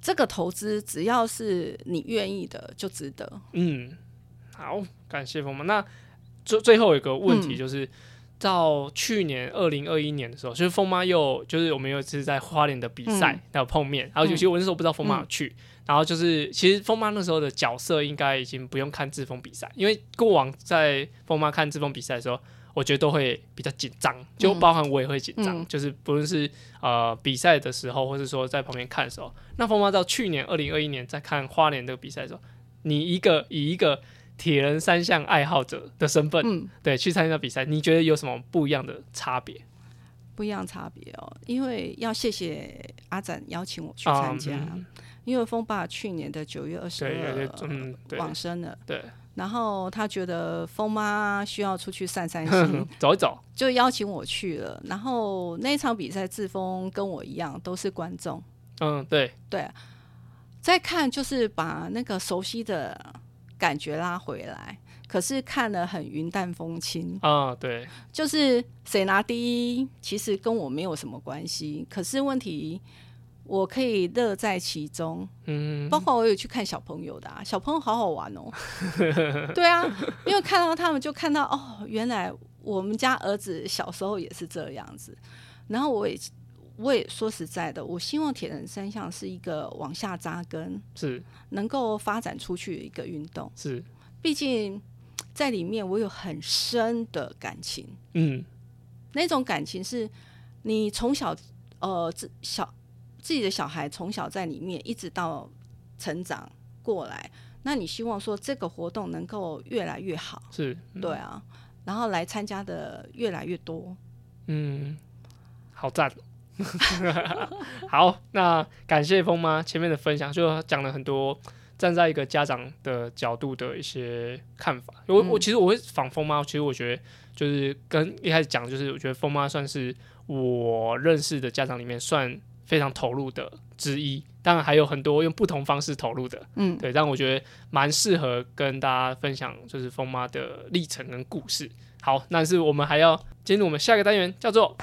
Speaker 2: 这个投资只要是你愿意的，就值得。
Speaker 1: 嗯，好，感谢风妈。那最最后一个问
Speaker 2: 嗯
Speaker 1: 题就是。到去年二零二一年的时候，就是风妈又就是我们又一次在花莲的比赛
Speaker 2: 嗯
Speaker 1: 还有碰面，然后尤其我那时候不知道风妈有去，然后就是其实风妈那时候的角色应该已经不用看志峰比赛，因为过往在风妈看志峰比赛的时候，我觉得都会比较紧张，就包含我也会紧张，
Speaker 2: 嗯
Speaker 1: 就是不论是呃比赛的时候，或是说在旁边看的时候，那风妈到去年二零二一年在看花莲这个比赛的时候，你一个以一个铁人三项爱好者的身份，
Speaker 2: 嗯，
Speaker 1: 对，去参加比赛，你觉得有什么不一样的差别？
Speaker 2: 不一样差别哦，因为要谢谢阿展邀请我去参加，
Speaker 1: 嗯
Speaker 2: 因为风爸去年的九月二十
Speaker 1: 对，有些嗯，
Speaker 2: 二
Speaker 1: 对
Speaker 2: 往生了。
Speaker 1: 对，
Speaker 2: 然后他觉得风妈需要出去散 散心，
Speaker 1: 嗯走一走，
Speaker 2: 就邀请我去了。然后那一场比赛，志峰跟我一样都是观众，
Speaker 1: 嗯，对，
Speaker 2: 对，再看就是把那个熟悉的感觉拉回来。可是看了很云淡风轻，
Speaker 1: 啊、对，
Speaker 2: 就是谁拿第一，其实跟我没有什么关系。可是问题，我可以乐在其中，
Speaker 1: 嗯，
Speaker 2: 包括我有去看小朋友的、啊，小朋友好好玩哦。对啊，因为看到他们就看到哦，原来我们家儿子小时候也是这样子。然后我也我也说实在的，我希望铁人三项是一个往下扎根，
Speaker 1: 是
Speaker 2: 能够发展出去的一个运动。
Speaker 1: 是，
Speaker 2: 毕竟在里面我有很深的感情，
Speaker 1: 嗯
Speaker 2: 那种感情是你从小呃自小自己的小孩从小在里面一直到成长过来，那你希望说这个活动能够越来越好，
Speaker 1: 是，嗯
Speaker 2: 对啊，然后来参加的越来越多，
Speaker 1: 嗯，好赞 哦。好，那感谢风妈前面的分享，就讲了很多站在一个家长的角度的一些看法。我、我其实我会仿风妈，其实我觉得就是跟一开始讲，就是我觉得风妈算是我认识的家长里面算非常投入的之一。当然还有很多用不同方式投入的，
Speaker 2: 嗯
Speaker 1: 对，但我觉得蛮适合跟大家分享，就是风妈的历程跟故事。好，但是我们还要进入我们下一个单元，叫做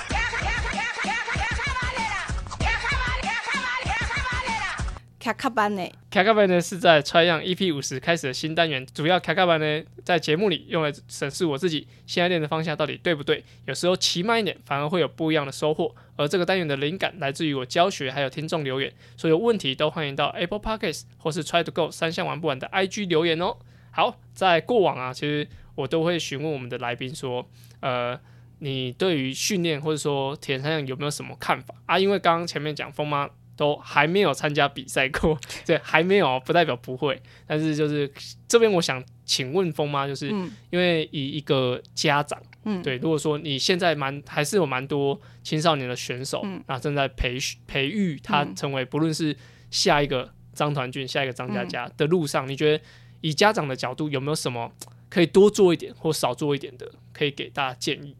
Speaker 2: 卡卡班呢，
Speaker 1: 卡卡班呢是在 Try On EP 五十开始的新单元，主要卡卡班呢在节目里用来审视我自己现在练的方向到底对不对，有时候骑慢一点反而会有不一样的收获。而这个单元的灵感来自于我教学还有听众留言，所有问题都欢迎到 Apple Podcasts 或是 Try to Go 三项玩不完的 IG 留言哦。好，在过往啊，其实我都会询问我们的来宾说，呃。你对于训练或者说铁人三项有没有什么看法啊？因为刚刚前面讲风妈都还没有参加比赛过，对，还没有不代表不会，但是就是这边我想请问风妈，就是、
Speaker 2: 嗯
Speaker 1: 因为以一个家长，
Speaker 2: 嗯，
Speaker 1: 对，如果说你现在蛮还是有蛮多青少年的选手，
Speaker 2: 嗯
Speaker 1: 那正在培训培育他
Speaker 2: 嗯
Speaker 1: 成为不论是下一个张团俊、下一个张
Speaker 2: 嗯
Speaker 1: 嘉佳的路上，你觉得以家长的角度有没有什么可以多做一点或少做一点的，可以给大家建议？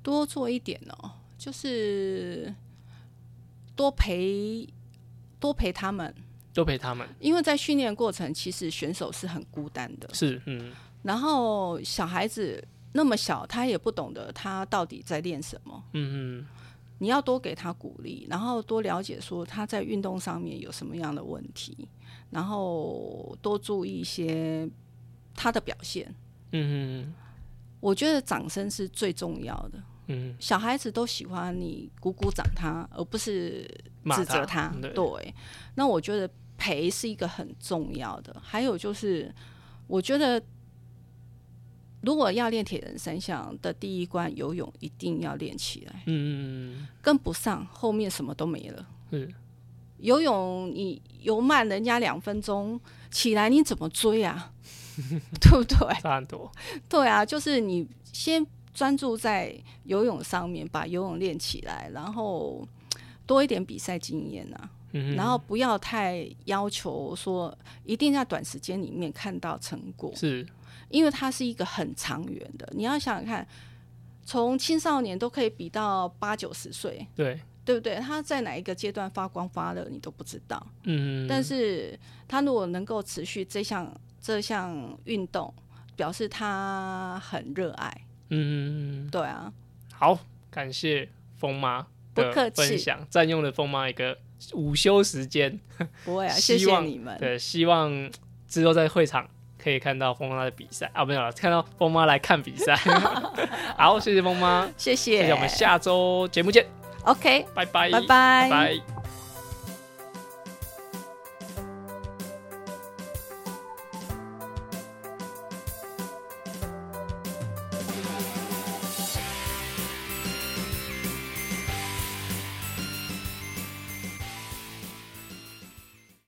Speaker 2: 多做一点哦，就是多陪多陪他们，
Speaker 1: 多陪他们
Speaker 2: 因为在训练过程，其实选手是很孤单的，
Speaker 1: 是嗯
Speaker 2: 然后小孩子那么小，他也不懂得他到底在练什么。
Speaker 1: 嗯嗯
Speaker 2: 你要多给他鼓励，然后多了解说他在运动上面有什么样的问题，然后多注意一些他的表现。
Speaker 1: 嗯
Speaker 2: 我觉得掌声是最重要的，
Speaker 1: 嗯嗯，
Speaker 2: 小孩子都喜欢你鼓鼓掌他，而不是
Speaker 1: 骂
Speaker 2: 指责
Speaker 1: 他
Speaker 2: 他。
Speaker 1: 对
Speaker 2: 对，那我觉得陪是一个很重要的。还有就是，我觉得如果要练铁人三项的第一关游泳，一定要练起来，
Speaker 1: 嗯嗯
Speaker 2: 跟不上后面什么都没了。
Speaker 1: 嗯
Speaker 2: 游泳你游慢人家两分钟起来，你怎么追啊？ 对不对？
Speaker 1: 是差很多，
Speaker 2: 对啊，就是你先专注在游泳上面，把游泳练起来，然后多一点比赛经验啊，
Speaker 1: 嗯嗯
Speaker 2: 然后不要太要求说一定在短时间里面看到成果，
Speaker 1: 是
Speaker 2: 因为它是一个很长远的。你要想想看，从青少年都可以比到八九十岁，
Speaker 1: 对
Speaker 2: 对不对？他在哪一个阶段发光发热，你都不知道。
Speaker 1: 嗯，
Speaker 2: 但
Speaker 1: 是
Speaker 2: 是他如果能够持续这项这项运动，表示他很热爱。
Speaker 1: 嗯嗯嗯
Speaker 2: 对啊，
Speaker 1: 好，感谢风妈
Speaker 2: 不
Speaker 1: 的
Speaker 2: 客气
Speaker 1: 分享，占用了风妈一个午休时间。
Speaker 2: 不会啊，
Speaker 1: 希
Speaker 2: 谢谢
Speaker 1: 望
Speaker 2: 你们。
Speaker 1: 对，希望之后在会场可以看到风妈的比赛啊，没有了，看到风妈来看比 赛。好，谢谢风妈，谢
Speaker 2: 谢谢，
Speaker 1: 谢，我们下周节目见，
Speaker 2: OK，
Speaker 1: 拜拜，
Speaker 2: 拜
Speaker 1: 拜
Speaker 2: 拜
Speaker 1: 拜。